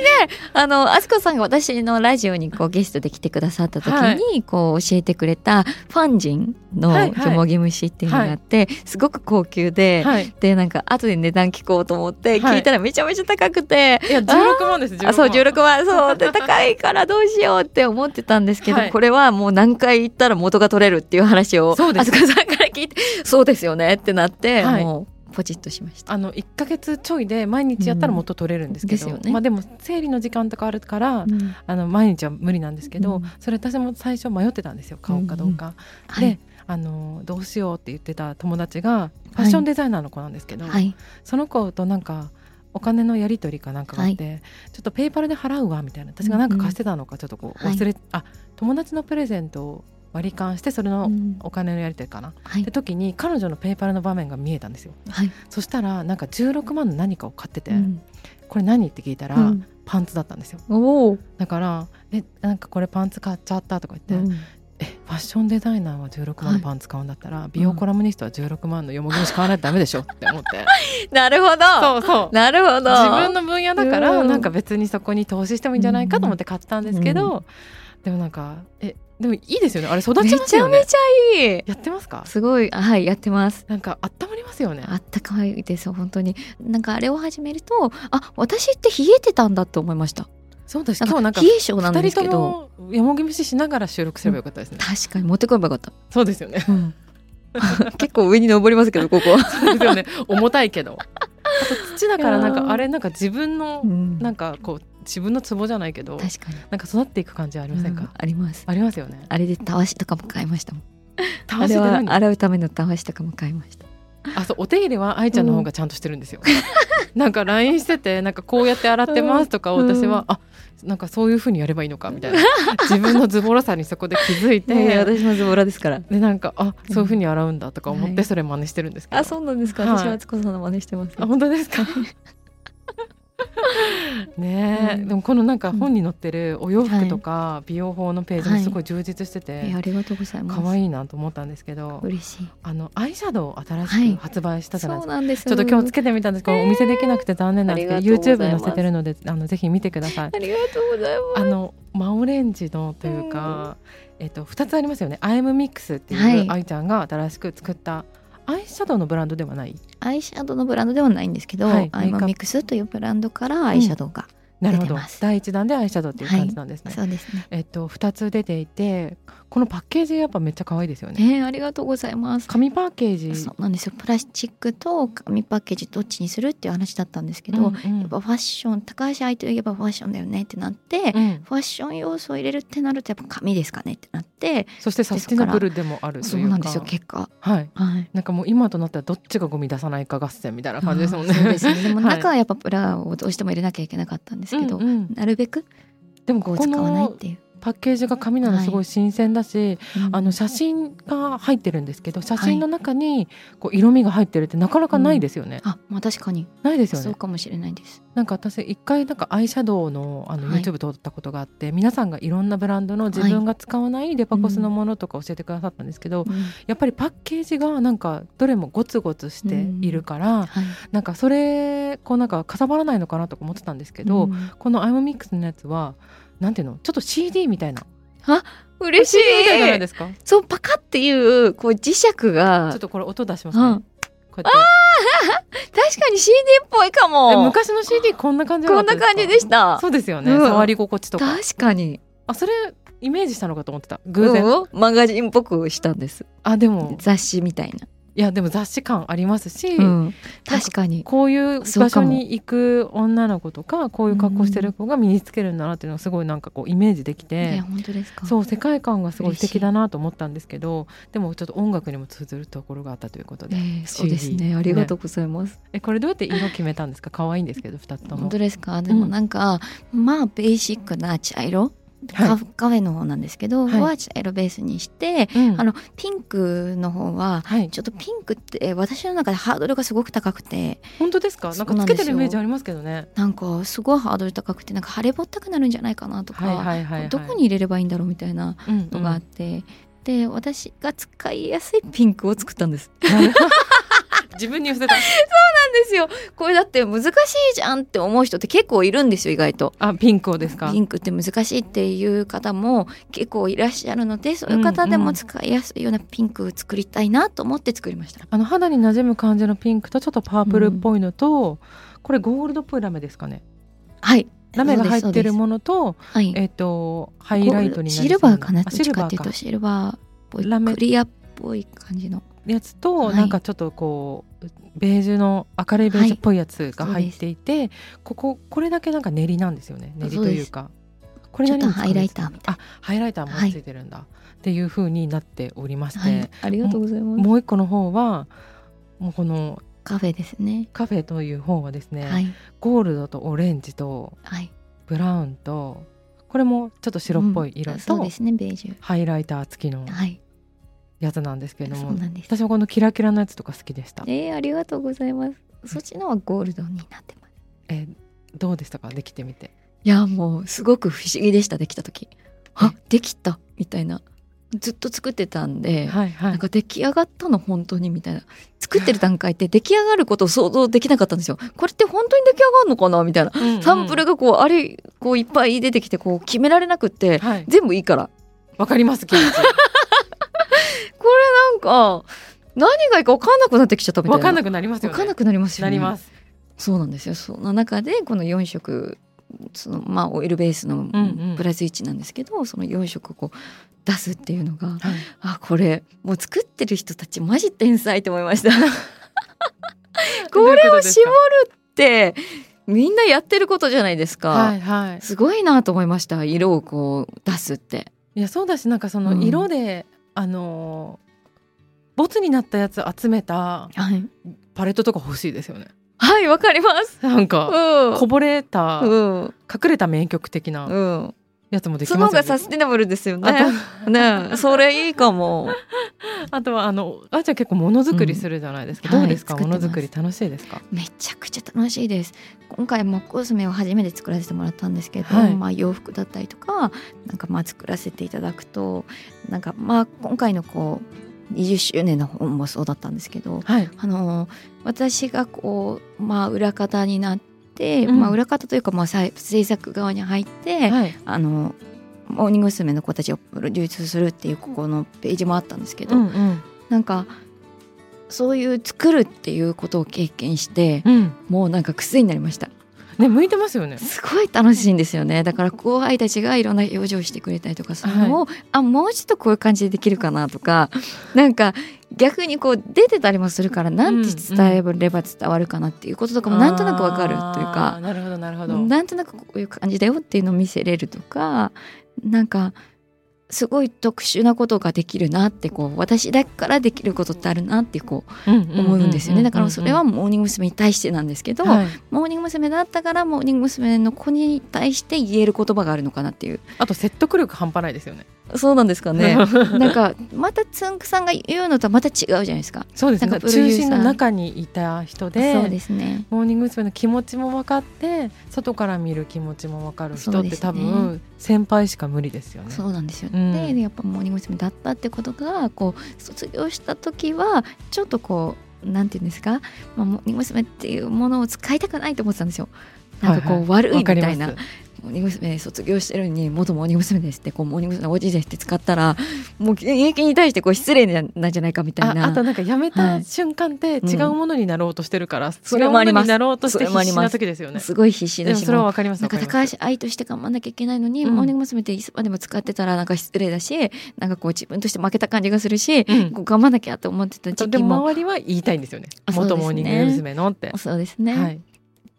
Speaker 3: あの、敦子さんが私のラジオにこうゲストで来てくださった時に、
Speaker 2: は
Speaker 3: こう教えてくれたファンジンの
Speaker 2: はい
Speaker 3: よ
Speaker 2: はい
Speaker 3: もぎ虫っていうのがあって、すごく高級で、
Speaker 2: はい。
Speaker 3: で、なんか後で値段聞こうと思って、
Speaker 2: はい
Speaker 3: 聞いたらめちゃめちゃ高くて、
Speaker 2: いや十六万です。16
Speaker 3: あそう
Speaker 2: 万
Speaker 3: 16万そうで高いからどうしようって思ってたんですけど、
Speaker 2: はい
Speaker 3: これはもう何回行ったら元が取れるっていう話を
Speaker 2: そうです
Speaker 3: あずかさんから聞いてそうですよねってなって、
Speaker 2: はい
Speaker 3: もうポチッとしました。
Speaker 2: あの1ヶ月ちょいで毎日やったら元取れるんですけど、
Speaker 3: うんですよね
Speaker 2: まあ、でも生理の時間とかあるから、あの毎日は無理なんですけど、
Speaker 3: うん
Speaker 2: それ私も最初迷ってたんですよ買おうかどうか。
Speaker 3: はい
Speaker 2: であのどうしようって言ってた友達がファッションデザイナーの子なんですけど、
Speaker 3: はい、
Speaker 2: その子となんかお金のやり取りかなんかがあって、ちょっとペイパルで払うわみたいな私がなんか貸してたのかちょっとこう忘れ、あ友達のプレゼントを割り勘してそれ
Speaker 3: う
Speaker 2: の
Speaker 3: ん
Speaker 2: お金のやり取りかな、
Speaker 3: は
Speaker 2: って
Speaker 3: い
Speaker 2: 時に彼女のペイパルの場面が見えたんですよ
Speaker 3: はい
Speaker 2: そしたらなんか16万の何かを買ってて、
Speaker 3: うん
Speaker 2: これ何って聞いたら、
Speaker 3: うん
Speaker 2: パンツだったんですよ
Speaker 3: おお、
Speaker 2: だから「えなんかこれパンツ買っちゃった」とか言って、
Speaker 3: うん
Speaker 2: えファッションデザイナーは16
Speaker 3: は
Speaker 2: 万の
Speaker 3: い
Speaker 2: パンツ買うんだったら、美容コラムニストは16万のよもぎ虫買わないとダメでしょって思って
Speaker 3: なるほど
Speaker 2: *laughs* そうそう
Speaker 3: なるほど
Speaker 2: 自分の分野だから、
Speaker 3: うん
Speaker 2: なんか別にそこに投資してもいいんじゃないかと思って買ったんですけど、でもなんかえでもいいですよねあれ育ち
Speaker 3: め
Speaker 2: ます
Speaker 3: ちゃ
Speaker 2: よね
Speaker 3: めちゃいい
Speaker 2: やってますか
Speaker 3: すごいあはいやってます
Speaker 2: なんか温まりますよね
Speaker 3: あったかいです本当になんかあれを始めるとあ私って冷えてたんだって思いました
Speaker 2: そうです
Speaker 3: な
Speaker 2: 今日なん
Speaker 3: ん
Speaker 2: か
Speaker 3: か冷え性なん
Speaker 2: 二
Speaker 3: です
Speaker 2: 人
Speaker 3: け
Speaker 2: と
Speaker 3: ど
Speaker 2: もよもぎ虫しながら収録すればよかったですね、
Speaker 3: 確かに持ってこればよかった
Speaker 2: そうですよ
Speaker 3: *laughs*
Speaker 2: ね
Speaker 3: 結構上に登りますけどここ、
Speaker 2: そうですよね重たいけどあと土だからなん
Speaker 3: いや
Speaker 2: か
Speaker 3: ー
Speaker 2: あれなんか自分のなんかこう自分のツボじゃないけど
Speaker 3: 確かに
Speaker 2: なんか育っていく感じありませんか、
Speaker 3: うんあります
Speaker 2: ありますよね
Speaker 3: あれでたわしとかも買いましたもん
Speaker 2: た
Speaker 3: あ
Speaker 2: わし
Speaker 3: れ
Speaker 2: て
Speaker 3: は
Speaker 2: 何あ
Speaker 3: 洗うためのたわしとかも買いました
Speaker 2: そうお手入れは愛ちゃんの方がちゃんとしてるんですよ、なんか LINE しててなんかこうやって洗ってますとかを
Speaker 3: うん
Speaker 2: 私は、あなんかそういうふうにやればいいのかみたいな自分のズボラさにそこで気づいて、
Speaker 3: *laughs* ね私もズボラですから
Speaker 2: でなんかあそういうふうに洗うんだとか思っ
Speaker 3: は
Speaker 2: て
Speaker 3: い
Speaker 2: それ真似してるんですけど、
Speaker 3: あそうなんですか
Speaker 2: はい
Speaker 3: 私は敦子さんの真似してます
Speaker 2: あ本当です
Speaker 3: *laughs*
Speaker 2: かねえ、
Speaker 3: うん
Speaker 2: でもこのなんか本に載ってるお洋服とか美容法のページもすごい充実してて、
Speaker 3: えありがとうございます
Speaker 2: 可愛いなと思ったんですけど、
Speaker 3: 嬉しい
Speaker 2: あのアイシャドウを新
Speaker 3: は
Speaker 2: し
Speaker 3: い
Speaker 2: く発売したじゃないで
Speaker 3: そう
Speaker 2: すか。
Speaker 3: なんです
Speaker 2: ちょっと今日つけてみたんですけど、お見せできなくて残念なんですけど
Speaker 3: ありがとうござ
Speaker 2: YouTube
Speaker 3: いま
Speaker 2: に
Speaker 3: す
Speaker 2: 載せてるのであのぜひ見てください
Speaker 3: ありがとうございます
Speaker 2: あの真オレンジのというか、えっと、2つありますよね「アイムミックス」って
Speaker 3: は
Speaker 2: いう
Speaker 3: い
Speaker 2: 愛ちゃんが新しく作ったアイシャドウのブランドではない
Speaker 3: アイシャドウのブランドではないんですけど、
Speaker 2: はい
Speaker 3: アイマ
Speaker 2: メイ
Speaker 3: ミックスというブランドからアイシャドウが、
Speaker 2: なるほ
Speaker 3: 出て
Speaker 2: ど
Speaker 3: ます
Speaker 2: 第1弾でアイシャドウっていう感じなんですね、
Speaker 3: そうですね。
Speaker 2: えっと、2つ出ていてこのパッケージやっぱめっちゃ可愛いですよね
Speaker 3: ねありがとうございます。
Speaker 2: 紙パッケージ
Speaker 3: そうなんですよ。プラスチックと紙パッケージどっちにするっていう話だったんですけど、
Speaker 2: うん
Speaker 3: や
Speaker 2: うん
Speaker 3: っぱファッション高橋愛といえばファッションだよねってなって、
Speaker 2: うん
Speaker 3: ファッション要素を入れるってなるとやっぱ紙ですかねってなって
Speaker 2: そしてサスティナブルでもあるというか
Speaker 3: そうなんですよ結果
Speaker 2: はい
Speaker 3: はい
Speaker 2: なんかもう今となったらどっちがゴミ出さないか合戦みたいな感じですもんね。
Speaker 3: あーそうですねでも
Speaker 2: はい
Speaker 3: 中はやっぱプラをどうしても入れなきゃいけなかったんですけど、
Speaker 2: うんうん
Speaker 3: なるべく
Speaker 2: でも
Speaker 3: こ
Speaker 2: こ
Speaker 3: う使わないっ
Speaker 2: の
Speaker 3: ていう、
Speaker 2: パッケージが紙なのすごい新鮮だし、
Speaker 3: うん
Speaker 2: あの写真が入ってるんですけど写真の中にこう色味が入ってるってなかなかないですよね。
Speaker 3: あまあ確かに
Speaker 2: ないですよ
Speaker 3: そう
Speaker 2: ね。
Speaker 3: かもしれないです。
Speaker 2: なんか私一回なんかアイシャドウのあの
Speaker 3: はい
Speaker 2: YouTube 撮ったことがあって、皆さんがいろんなブランドの自分が使わないデパコスのものとか教えてくださったんですけど、
Speaker 3: うん
Speaker 2: やっぱりパッケージがなんかどれもゴツゴツしているから、
Speaker 3: はい、
Speaker 2: なんかそれこうなんかかさばらないのかなとか思ってたんですけど、
Speaker 3: うん
Speaker 2: このアイムミックスのやつはなんていうのちょっと CD みたいな
Speaker 3: 嬉し
Speaker 2: CD みたいじゃない
Speaker 3: い
Speaker 2: ですかち
Speaker 3: そうパカっていうこう磁石
Speaker 2: ょ
Speaker 3: が
Speaker 2: っとこれ音出しますね、
Speaker 3: うん
Speaker 2: こうやって
Speaker 3: 確かに CD っぽいか
Speaker 2: え
Speaker 3: も
Speaker 2: 昔の CD こんな感じ
Speaker 3: こんな感じで
Speaker 2: し
Speaker 3: した
Speaker 2: そうですよね、
Speaker 3: うん
Speaker 2: 触り心地とか
Speaker 3: 確かに
Speaker 2: あそれイメージしたのかと思ってた偶然、
Speaker 3: うんマガジンっぽくしたんです
Speaker 2: あでも
Speaker 3: 雑誌みたい
Speaker 2: いやでも雑誌感ありますし、
Speaker 3: な、うん、確かに
Speaker 2: こういう
Speaker 3: そう
Speaker 2: 場
Speaker 3: か
Speaker 2: 所
Speaker 3: も
Speaker 2: に行く女の子とかこういう格好してる子が身につけるんだなっていうのがすごいなんかこうイメージでき
Speaker 3: い
Speaker 2: て
Speaker 3: や、本当ですか
Speaker 2: そう世界観がすごい素
Speaker 3: 嬉しい
Speaker 2: 敵だなと思ったんですけどでもちょっと音楽にも通ずるところがあったということで、
Speaker 3: ええそうです
Speaker 2: CD
Speaker 3: ねありがとうございます、
Speaker 2: えこれどうやって色決めたんですか可愛いんですけど2つと
Speaker 3: 本
Speaker 2: も
Speaker 3: 当。ですかでもなんか、まあベーシックな茶色、
Speaker 2: はい
Speaker 3: カフカフェの方なんですけど、
Speaker 2: はい
Speaker 3: は茶色ベースにして
Speaker 2: うん
Speaker 3: あのピンクの方は
Speaker 2: はい、
Speaker 3: ちょっとピンクって私の中でハードルがすごく高くて
Speaker 2: 本当ですか
Speaker 3: そ
Speaker 2: な
Speaker 3: うんなん
Speaker 2: か
Speaker 3: です
Speaker 2: つけ
Speaker 3: よ
Speaker 2: てるイメージありますけどね。
Speaker 3: なんかすごいハードル高くてなんか腫れぼったくなるんじゃないかなとか、
Speaker 2: はいはいはいはい、
Speaker 3: どこに入れればいいんだろうみたいな
Speaker 2: うんう
Speaker 3: の
Speaker 2: ん
Speaker 3: があって、で私が使いやすいピンクを作ったんです。
Speaker 2: なるほど *laughs* 自分に寄せた
Speaker 3: なんですよこれだって難しいじゃんって思う人って結構いるんですよ意外と。
Speaker 2: あピンクをですか
Speaker 3: ピンクって難しいっていう方も結構いらっしゃるのでそういう方で
Speaker 2: うんう
Speaker 3: も
Speaker 2: ん
Speaker 3: 使いやすいようなピンクを作りたいなと思って作りました。
Speaker 2: あの肌に馴染む感じのピンクとちょっとパープルっぽいのと、これゴールドっぽいラメですかね
Speaker 3: はい。
Speaker 2: ラメが入ってる
Speaker 3: の、
Speaker 2: ものと
Speaker 3: はい、
Speaker 2: えっ、とハイライトになりそう
Speaker 3: シルバーかな
Speaker 2: あ
Speaker 3: どっ
Speaker 2: シ
Speaker 3: ち
Speaker 2: ル
Speaker 3: かっ
Speaker 2: バ
Speaker 3: ていう
Speaker 2: ー
Speaker 3: と
Speaker 2: か
Speaker 3: シルバーっぽい
Speaker 2: ラメ
Speaker 3: クリアっぽい感じの
Speaker 2: やつと、
Speaker 3: はい
Speaker 2: なんかちょっとこうベージュの明るいベージュっぽいやつが入っていて、こここれだけなんか練りなんですよね練りというかこれ
Speaker 3: ちょっ
Speaker 2: 何
Speaker 3: と
Speaker 2: に使
Speaker 3: ハ
Speaker 2: うん
Speaker 3: イラ
Speaker 2: で
Speaker 3: イ
Speaker 2: す
Speaker 3: タ
Speaker 2: か
Speaker 3: ーみたい
Speaker 2: あハイライターもついてるんだ、っていう風になっておりまして、
Speaker 3: な。はい、ありがとうございます。
Speaker 2: もう一個の方はもうこの
Speaker 3: カフェですね。
Speaker 2: カフェという方はですね、
Speaker 3: はい
Speaker 2: ゴールドとオレンジと
Speaker 3: はい。
Speaker 2: ブラウンとこれもちょっと白っぽい色
Speaker 3: うん
Speaker 2: と、
Speaker 3: そうですねベージ
Speaker 2: ハイライター付きの
Speaker 3: ュ。はい。
Speaker 2: やつなんですけれど
Speaker 3: そ
Speaker 2: も
Speaker 3: うなんです。
Speaker 2: 私はこのキラキラのやつとか好きでした、
Speaker 3: えー、ありがとうございます。そっちのはゴールドになってます。
Speaker 2: えどうでしたかできてみて
Speaker 3: いやもうすごく不思議でしたできた時。あできたみたいな。ずっと作ってたんで。
Speaker 2: はいは
Speaker 3: なん
Speaker 2: い
Speaker 3: か出来上がったの本当にみたいな作ってる段階って出来上がることを想像できなかったんですよこれって本当に出来上がるのかなみたいなサンプル
Speaker 2: が、
Speaker 3: がこうあれこういっぱい出てきてこう決められなくって
Speaker 2: はい
Speaker 3: 全部いいから
Speaker 2: わかります気持ち
Speaker 3: なんか何がいいか分かんなくなってきちゃったみた
Speaker 2: *laughs* わ
Speaker 3: いな
Speaker 2: かんなくなりますよね
Speaker 3: 分かんなくなりますよ
Speaker 2: な
Speaker 3: ね
Speaker 2: ります
Speaker 3: そうなんですよその中でこの4色そのまあオイルベースの
Speaker 2: うん
Speaker 3: プラス1なんですけど、その4色をこう出すっていうのが
Speaker 2: はい
Speaker 3: あこれもう作ってる人たちマジ天才と思いました
Speaker 2: *laughs* どういうこと
Speaker 3: これを
Speaker 2: ですか
Speaker 3: 絞るってみんなやってることじゃないですか、
Speaker 2: はいはい
Speaker 3: すごいなと思いました色をこう出すって
Speaker 2: いやそうだしなんかそ
Speaker 3: うん
Speaker 2: の色で、あのーボツになったやつ集めた
Speaker 3: はい
Speaker 2: パレットとか欲しいですよね
Speaker 3: はいわかります
Speaker 2: なん
Speaker 3: う
Speaker 2: か
Speaker 3: ん
Speaker 2: こぼれた
Speaker 3: うん
Speaker 2: 隠れた名曲的な
Speaker 3: うん
Speaker 2: やつもでき
Speaker 3: その
Speaker 2: ま
Speaker 3: 方
Speaker 2: すよ
Speaker 3: が
Speaker 2: ね
Speaker 3: サスティナブルですよ
Speaker 2: あ
Speaker 3: ねねえそれいいかも
Speaker 2: とあとはあのあーちゃん結構ものづくりするじゃないですか、
Speaker 3: うん
Speaker 2: どうですか、
Speaker 3: はい
Speaker 2: も
Speaker 3: 作っ
Speaker 2: の
Speaker 3: てます
Speaker 2: づくり楽しいですか
Speaker 3: めちゃくちゃ楽しいです今回もコスメを初めて作らせてもらったんですけど、
Speaker 2: はい
Speaker 3: まあ洋服だったりとかなんかまあ作らせていただくとなんかまあ今回のこう20周年の本もそうだったんですけど
Speaker 2: はい
Speaker 3: あの私がこうまあ裏方になって、
Speaker 2: うん
Speaker 3: まあ裏方というかまあさい制作側に入って、
Speaker 2: はい
Speaker 3: あのモーニング娘。の子たちをプロデュースするっていうここのページもあったんですけど、
Speaker 2: うんうん
Speaker 3: なんかそういう作るっていうことを経験して、
Speaker 2: うん
Speaker 3: もうなんか癖になりました
Speaker 2: ね向いてますよね
Speaker 3: すごい楽しいんですよねだから後輩たちがいろんな表情をしてくれたりとかそういうのを、あもうちょっとこういう感じでできるかなとか *laughs* なんか逆にこう出てたりもするからなんて伝えれば伝わるかなっていうこととかもなんとなくわかるという
Speaker 2: あー
Speaker 3: か
Speaker 2: なるほどなるほど
Speaker 3: なんとなくこういう感じだよっていうのを見せれるとかなんかすごい特殊なことができるなってこう私だからできることってあるなってこう思うんですよねだからそれはモーニング娘。に対してなんですけど、はい、モーニング娘。だったからモーニング娘。の子に対して言える言葉があるのかなっていう
Speaker 2: あと説得力半端ないですよね
Speaker 3: そうなんですかね *laughs* なんかまたつんくさんが言うのとはまた違うじゃないですか
Speaker 2: *laughs* そうですね中心の中にいた人で
Speaker 3: そうですね
Speaker 2: モーニング娘。の気持ちも分かって外から見る気持ちも分かる人って、ね、多分先輩しか無理ですよね
Speaker 3: そうなんですよ、ね、うん、でやっぱモーニング娘。だったってことがこう卒業した時はちょっとこうなんていうんですか、まあ、モーニング娘。っていうものを使いたくないと思ってたんですよ。なんかこう、はいはい、悪いみたいなモーニング娘。卒業してるのに元モーニング娘。ですってこうモーニング娘。おじいですって使ったらもう現役に対してこう失礼なんじゃないかみたいな
Speaker 2: あとなんかやめた瞬間って違うものになろうとしてるから、はいうん、それもありますなろうとして必死な時ですよね
Speaker 3: すごい必死だ
Speaker 2: しそれはわかります
Speaker 3: なんか高橋愛として頑張んなきゃいけないのに、うん、モーニング娘。っていつまでも使ってたらなんか失礼だしなんかこう自分として負けた感じがするし、うん、こう頑張んなきゃと思ってた時期も
Speaker 2: 周りは言いたいんですよね元モーニング娘。のって
Speaker 3: そうですね、はい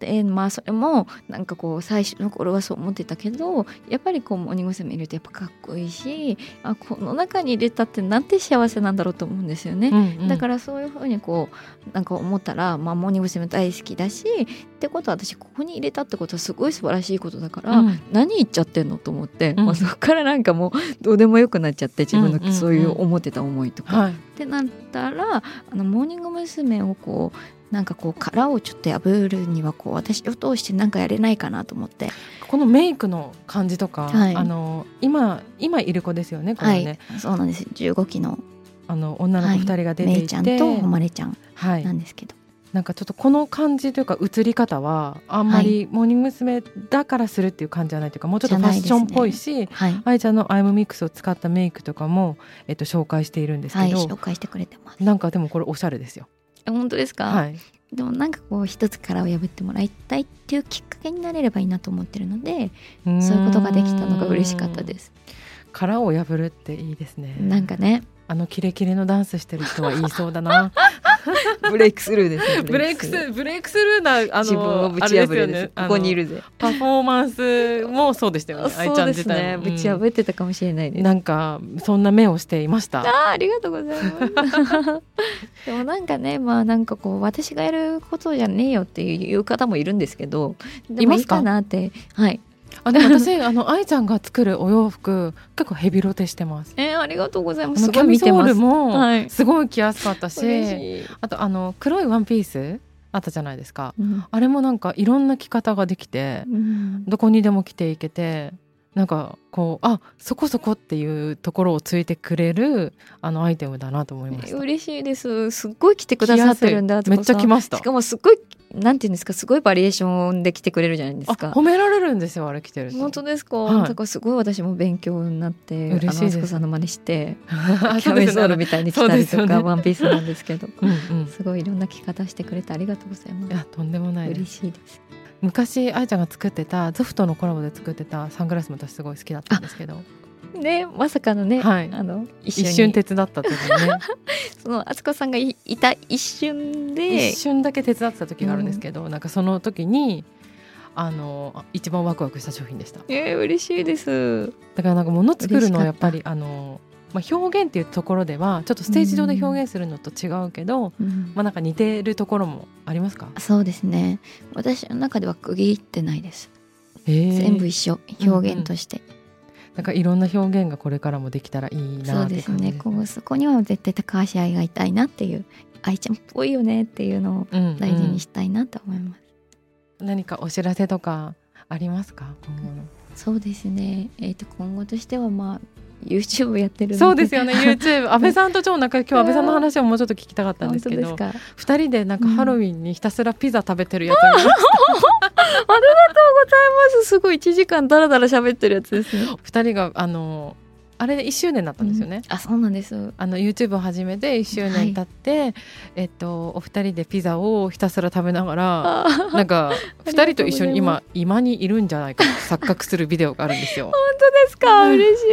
Speaker 3: っまあそれもなんかこう最初の頃はそう思ってたけどやっぱりこうモーニング娘。いるとやっぱかっこいいしあこの中に入れたってなんて幸せなんだろうと思うんですよね、うんうん、だからそういうふうにこうなんか思ったら、まあ、モーニング娘。大好きだしってことは私ここに入れたってことはすごい素晴らしいことだから、うん、何言っちゃってんのと思って、うん、まあ、そこからなんかもうどうでもよくなっちゃって自分のそういう思ってた思いとか。ってなったらあのモーニング娘。をこうなんかこう殻をちょっと破るにはこう私を通して何かやれないかなと思って
Speaker 2: このメイクの感じとか、はい、あの今今いる子ですよねこれ
Speaker 3: ね、はい、そうなんです15期の
Speaker 2: あの女の子2人が出ていて、はい、、
Speaker 3: ちゃんとほまれちゃんなんですけど、はい
Speaker 2: なんかちょっとこの感じというか映り方はあんまりモーニング娘。だからするっていう感じじゃないというかもうちょっとファッションっぽいし愛、ね、はい、ちゃんの「アイムミックス」を使ったメイクとかも、えっと、紹介しているんですけど、
Speaker 3: 紹介してくれてます
Speaker 2: なんかでもこれおしゃれですよ
Speaker 3: 本当ですか、はい、でもなんかこう一つ殻を破ってもらいたいっていうきっかけになれればいいなと思ってるのでそういうことができたのが嬉しかったです
Speaker 2: 殻を破るっていいですね
Speaker 3: なん
Speaker 2: *laughs*
Speaker 3: かね
Speaker 2: あのキレキレのダンスしてる人は言いそうだ *laughs* な
Speaker 3: ブレイクスルーです
Speaker 2: ブレイクスブレイクスルーなあの
Speaker 3: ぶち破れです、ね、ここにいるぜ
Speaker 2: パフォーマンスもそうでしたよね愛ちゃん自
Speaker 3: 体、ね、ぶち破ってたかもしれない、ねうん、
Speaker 2: なんかそんな目をしていました
Speaker 3: あありがとうございます *laughs* でもなんかねまあなんかこう私がやることじゃねえよっていう方もいるんですけどでもいいかなってはい
Speaker 2: あでも私あの愛ちゃんが作るお洋服結構ヘビロテしてます。
Speaker 3: えー、ありがとうございます。
Speaker 2: キャミソールもすごい着やすかったし、はい、あとあの黒いワンピースあったじゃないですか、うん、あれもなんかいろんな着方ができて、うん、どこにでも着ていけてなんかこうあそこそこっていうところをついてくれるあのアイテムだなと思いまし
Speaker 3: 嬉しいですすっごい来てくださってるんだ
Speaker 2: めっちゃ来ました
Speaker 3: しかもすごいなんていうんですかすごいバリエーションで来てくれるじゃないですか
Speaker 2: 褒められるんですよあれ来てる
Speaker 3: 本
Speaker 2: *laughs*
Speaker 3: 当ですか、はい、だからすごい私も勉強になって
Speaker 2: 嬉しい
Speaker 3: ですさんの真似してキャメソールみたいに着たりとか、ね、ワンピースなんですけどうん、すごいいろんな着方してくれてありがとうございますいや
Speaker 2: とんでもない
Speaker 3: 嬉しいです
Speaker 2: 昔愛ちゃんが作ってたゾフとのコラボで作ってたサングラスも私すごい好きだったんですけど
Speaker 3: ねまさかのね、
Speaker 2: はい、
Speaker 3: あの
Speaker 2: 一瞬手伝った時ね
Speaker 3: *laughs* その敦子さんがいた一瞬で
Speaker 2: 一瞬だけ手伝ってた時があるんですけど、うん、なんかその時にあの一番ワクワクした商品でした
Speaker 3: えー、嬉しいです
Speaker 2: だからなんか物作るのはやっぱりあのまあ、表現っていうところではちょっとステージ上で表現するのと違うけど、うん、まあ、なんか似てるところもありますか
Speaker 3: そうですね私の中では区切ってないです、えー、全部一緒表現として、うん
Speaker 2: うん、なんかいろんな表現がこれからもできたらいいな
Speaker 3: って感じですねそうですねこうそこには絶対高橋愛がいたいなっていう愛ちゃんっぽいよねっていうのを大事にしたいなと思います、
Speaker 2: うんうん、何かお知らせとかありますか今後の
Speaker 3: そうですね、えー、と今後としてはまあ YouTube やってる
Speaker 2: そうですよね
Speaker 3: *laughs*
Speaker 2: YouTube 安倍さんと超仲今日安倍さんの話をもうちょっと聞きたかったんですけど二人でなんかハロウィンにひたすらピザ食べてるやつありがとう
Speaker 3: ございますすごい1時間だらだら喋ってるやつですね
Speaker 2: 二人があのあれで1周年だったんですよね、
Speaker 3: うん、あそうなんです
Speaker 2: あの YouTube を始めて1周年経って、はい、えっとお二人でピザをひたすら食べながらなんか二人と一緒に今今にいるんじゃないか錯覚するビデオがあるん
Speaker 3: *laughs*
Speaker 2: ですよ
Speaker 3: 本当ですか嬉 *laughs* しい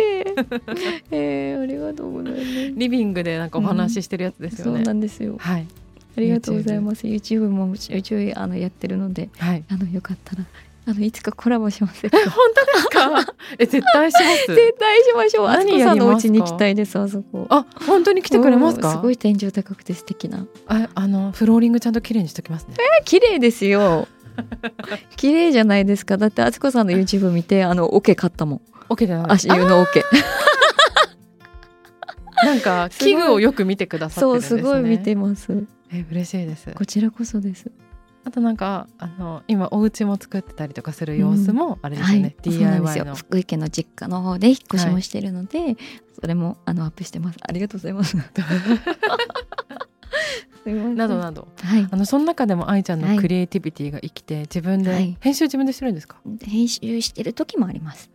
Speaker 3: えー、ありがとうございます
Speaker 2: リビングでなんかお話ししてるやつですよね、
Speaker 3: うん、そうなんですよ
Speaker 2: はい
Speaker 3: *laughs* ありがとうございます YouTube, YouTube も YouTube あのやってるので、はい、あのよかったらあのいつかコラボしません
Speaker 2: え本当ですか *laughs* え絶対します
Speaker 3: 絶対しましょうあつ
Speaker 2: 何
Speaker 3: こ
Speaker 2: や
Speaker 3: さん
Speaker 2: りますか
Speaker 3: のお家に行きたいですあそこ
Speaker 2: あ本当に来てくれますか
Speaker 3: うんすごい天井高くて素敵な
Speaker 2: ああのフローリングちゃんと綺麗にしときますね
Speaker 3: 綺麗ですよ *laughs* 綺麗じゃないですかだってあつこさんの YouTube 見てあのオケ買ったもん
Speaker 2: OK じゃない
Speaker 3: 足湯のオケ
Speaker 2: あなんか
Speaker 3: すごい
Speaker 2: 器具をよく見てくださって
Speaker 3: そ
Speaker 2: るん
Speaker 3: う
Speaker 2: です
Speaker 3: す
Speaker 2: ね
Speaker 3: ごい見てます
Speaker 2: え嬉しいです
Speaker 3: こちらこそです
Speaker 2: あとなんかあの今お家も作ってたりとかする様子もあれですよね、
Speaker 3: そうなんです
Speaker 2: DIY
Speaker 3: よ
Speaker 2: の
Speaker 3: 福井家の実家の方で引っ越しもしてるので、それもあのアップしてますありがとうございま
Speaker 2: *laughs*
Speaker 3: すす *laughs* いません
Speaker 2: などなど
Speaker 3: はい
Speaker 2: あのその中でも愛ちゃん
Speaker 3: はい
Speaker 2: のクリエイティビティが生きて自分で、
Speaker 3: はい
Speaker 2: 編集自分でしてるんですか
Speaker 3: 編集してる時もあります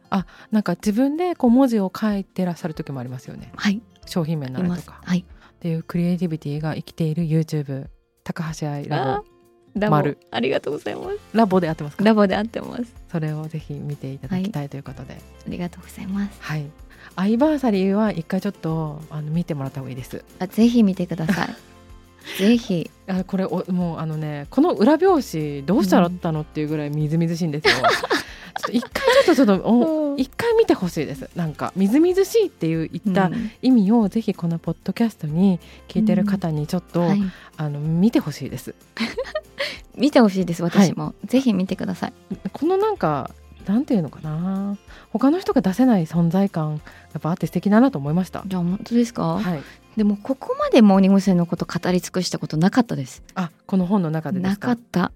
Speaker 2: なんか自分でこう文字を書いてらっしゃる時もありますよね
Speaker 3: はい
Speaker 2: 商品名
Speaker 3: あ
Speaker 2: な
Speaker 3: り
Speaker 2: ら
Speaker 3: ま
Speaker 2: と
Speaker 3: す
Speaker 2: か
Speaker 3: はい
Speaker 2: っていうクリエイティビティが生きている YouTube 高橋愛ラボ
Speaker 3: ーラボ
Speaker 2: 丸
Speaker 3: ありがとうございます
Speaker 2: ラボでやってますか
Speaker 3: ラボで合ってます
Speaker 2: それをぜひ見ていただきたいということで
Speaker 3: ありがとうございます
Speaker 2: はい、アイバーサリーは一回ちょっとあの見てもらった方がいいです
Speaker 3: あぜひ見てください *laughs* ぜひ
Speaker 2: あこれおもうあのねこの裏表紙どうしたらあったのっていうぐらいみずみずしいん
Speaker 3: *laughs*
Speaker 2: ですよちょっと一回ちょっとちょっとお一回見てほしいですなんかみずみずしいっていう言った
Speaker 3: うん
Speaker 2: 意味をぜひこのポッドキャストに聞いてる方にちょっと、
Speaker 3: はい、
Speaker 2: あの見てほしいです
Speaker 3: 見てほしいです私も、ぜひ見てください
Speaker 2: このなんかなんていうのかな他の人が出せない存在感やっぱあって素敵だなと思いました
Speaker 3: じゃあ本当ですか、
Speaker 2: はい
Speaker 3: でもここまでモーニング娘。のこと語り尽くしたことなかったです
Speaker 2: あこの本の中でで
Speaker 3: な
Speaker 2: す
Speaker 3: か
Speaker 2: か
Speaker 3: った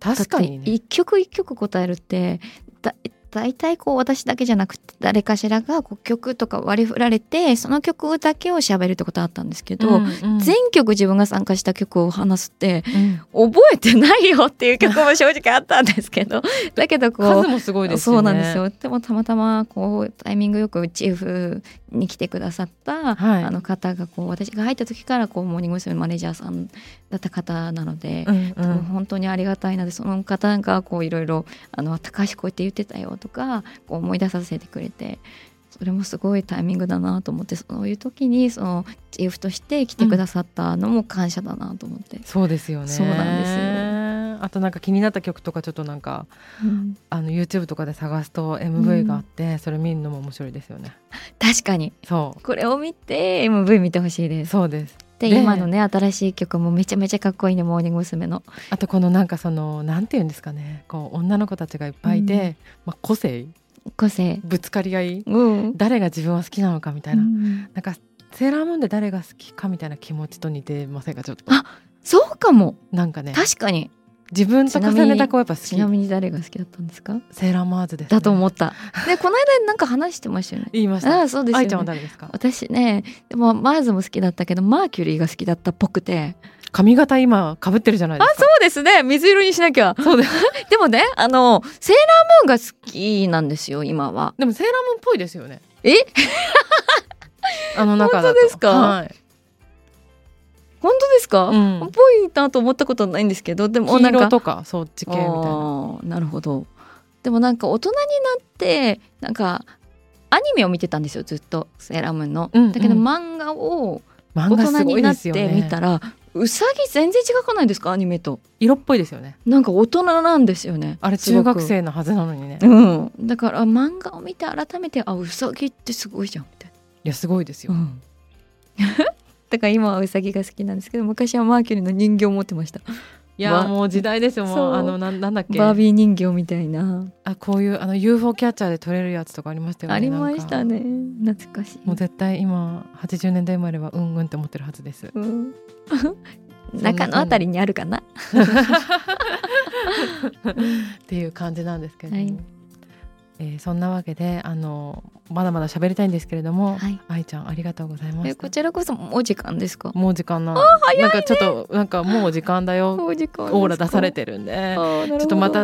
Speaker 2: 確かに
Speaker 3: だって
Speaker 2: ね
Speaker 3: 一曲一曲答えるってだ大体こう私だけじゃなくて誰かしらがこう曲とか割り振られてその曲だけを喋るってことあったんですけど、
Speaker 2: うんうん
Speaker 3: 全曲自分が参加した曲を話すって
Speaker 2: うん
Speaker 3: 覚えてないよっていう曲も正直あったんですけ
Speaker 2: *laughs*
Speaker 3: どだけどこ
Speaker 2: 数
Speaker 3: う。
Speaker 2: もすごいです
Speaker 3: そ
Speaker 2: よね
Speaker 3: うなんですよでもたまたまこうタイミングよくチーフに来てくださった、
Speaker 2: はい
Speaker 3: あの方がこう私が入った時からこうモーニング娘。のマネージャーさんだった方なので、
Speaker 2: うんう
Speaker 3: もうん本当にありがたいなでその方がこういろいろ「あの高橋こうやって言ってたよ」とかこう思い出させてくれてそれもすごいタイミングだなと思ってそういう時にそのチーフとして来てくださったのも感謝だなと思って、
Speaker 2: そうですよね
Speaker 3: そうなんです
Speaker 2: よあとなんか気になった曲とかちょっとなんか
Speaker 3: うん
Speaker 2: あの YouTube とかで探すと MV があって、それ見るのも面白いですよね
Speaker 3: 確かに
Speaker 2: そ
Speaker 3: これを見て MV 見てほしいうです。
Speaker 2: そうです
Speaker 3: で
Speaker 2: ね
Speaker 3: 今のね新しい曲もめちゃめちゃかっこいいねモーニング娘。の。
Speaker 2: あとこのなんかそのなんて言うんですかねこう女の子たちがいっぱいいて、
Speaker 3: うん
Speaker 2: まあ、個性
Speaker 3: 個性
Speaker 2: ぶつかり合い
Speaker 3: うん
Speaker 2: 誰が自分は好きなのかみたいな、
Speaker 3: うん
Speaker 2: なんかセーラームーンで誰が好きかみたいな気持ちと似てませんかちょっと
Speaker 3: あそうかも
Speaker 2: なんかね
Speaker 3: 確かに
Speaker 2: 自分と重ねた子はやっぱ好き
Speaker 3: ちなみに誰が好きだったんですか
Speaker 2: セーラーマーズです、ね、
Speaker 3: だと思った。でこの間なんか話してましたよね。
Speaker 2: 言いました
Speaker 3: ああそうですよ、ね。
Speaker 2: 愛ちゃんは誰ですか
Speaker 3: 私ねでもマーズも好きだったけどマーキュリーが好きだったっぽくて
Speaker 2: 髪型今被ってるじゃないですか
Speaker 3: そうですね水色にしなきゃ
Speaker 2: そうです
Speaker 3: *laughs* でもねあのセーラームーンが好きなんですよ今は
Speaker 2: でもセーラームーンっぽいですよね
Speaker 3: え
Speaker 2: あの中だと
Speaker 3: 本当ですか
Speaker 2: はい、
Speaker 3: 本当ですか、
Speaker 2: う
Speaker 3: っ
Speaker 2: ん、
Speaker 3: ぽいなと思ったことはないんですけどでも
Speaker 2: 黄
Speaker 3: なんか
Speaker 2: 色とかそっち系みたいな
Speaker 3: あーなるほどでもなんか大人になってなんかアニメを見てたんですよずっとセーラームーンの、
Speaker 2: うんうん
Speaker 3: だけど漫画を
Speaker 2: 漫画
Speaker 3: 大人
Speaker 2: すご
Speaker 3: に
Speaker 2: い
Speaker 3: な
Speaker 2: で
Speaker 3: っ
Speaker 2: す
Speaker 3: て
Speaker 2: よね
Speaker 3: 見たら、うさぎ全然違くないですかアニメと
Speaker 2: 色っぽいですよね
Speaker 3: なんか大人なんですよね
Speaker 2: あれ
Speaker 3: すご
Speaker 2: 中
Speaker 3: く
Speaker 2: 学生のはずなのにね
Speaker 3: うん、だから漫画を見て改めてあウサギってすごいじゃんみたい
Speaker 2: いやすごいですよ、
Speaker 3: な、ん、 *laughs* だから今はウサギが好きなんですけど昔はマーキュリーの人形を持ってました
Speaker 2: いや
Speaker 3: わ
Speaker 2: もう時代ですよも
Speaker 3: そうう
Speaker 2: あのなんなんだっけ
Speaker 3: バービー人形みたいな、
Speaker 2: あこういうあの UFO キャッチャーで撮れるやつとかありましたよね
Speaker 3: ありまし
Speaker 2: な
Speaker 3: た
Speaker 2: んか
Speaker 3: ね懐かしい
Speaker 2: もう絶対今80年代生まれはうんうんって思ってるはずです
Speaker 3: うん *laughs*
Speaker 2: んな
Speaker 3: 中のあたりにあるかな
Speaker 2: っていう感じなんですけれども、
Speaker 3: はい
Speaker 2: えーそんなわけであのまだまだ喋りたいんですけれども、
Speaker 3: はい
Speaker 2: 愛ちゃんありがとうございま
Speaker 3: え
Speaker 2: し
Speaker 3: こ
Speaker 2: た
Speaker 3: ちらこそもう時間ですか
Speaker 2: もう時間なのなんかちょっとなんかもう時間だよ
Speaker 3: もう時間ですか
Speaker 2: オーラ出されてるん
Speaker 3: あ
Speaker 2: で
Speaker 3: ーなるほど
Speaker 2: ちょっとまた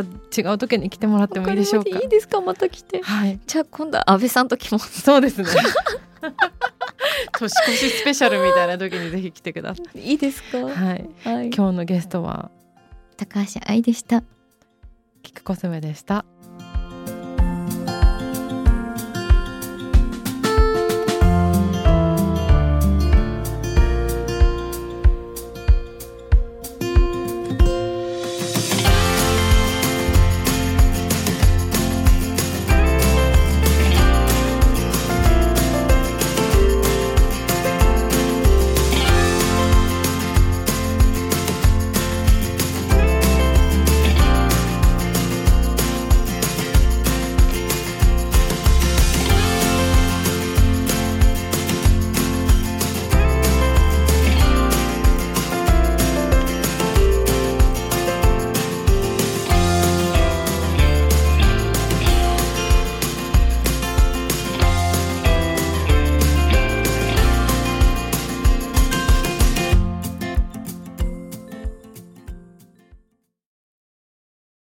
Speaker 2: 違う時に来てもらってもいいでしょうか
Speaker 3: わりまたいいですかまた来て
Speaker 2: はい
Speaker 3: *laughs* じゃあ今度は安倍さんと来ます
Speaker 2: そうですね年越しスペシャルみたいな時にぜひ来てください
Speaker 3: *laughs* いいですかは
Speaker 2: はい
Speaker 3: い
Speaker 2: 今日のゲストは
Speaker 3: 高橋愛でした
Speaker 2: キクコスメでした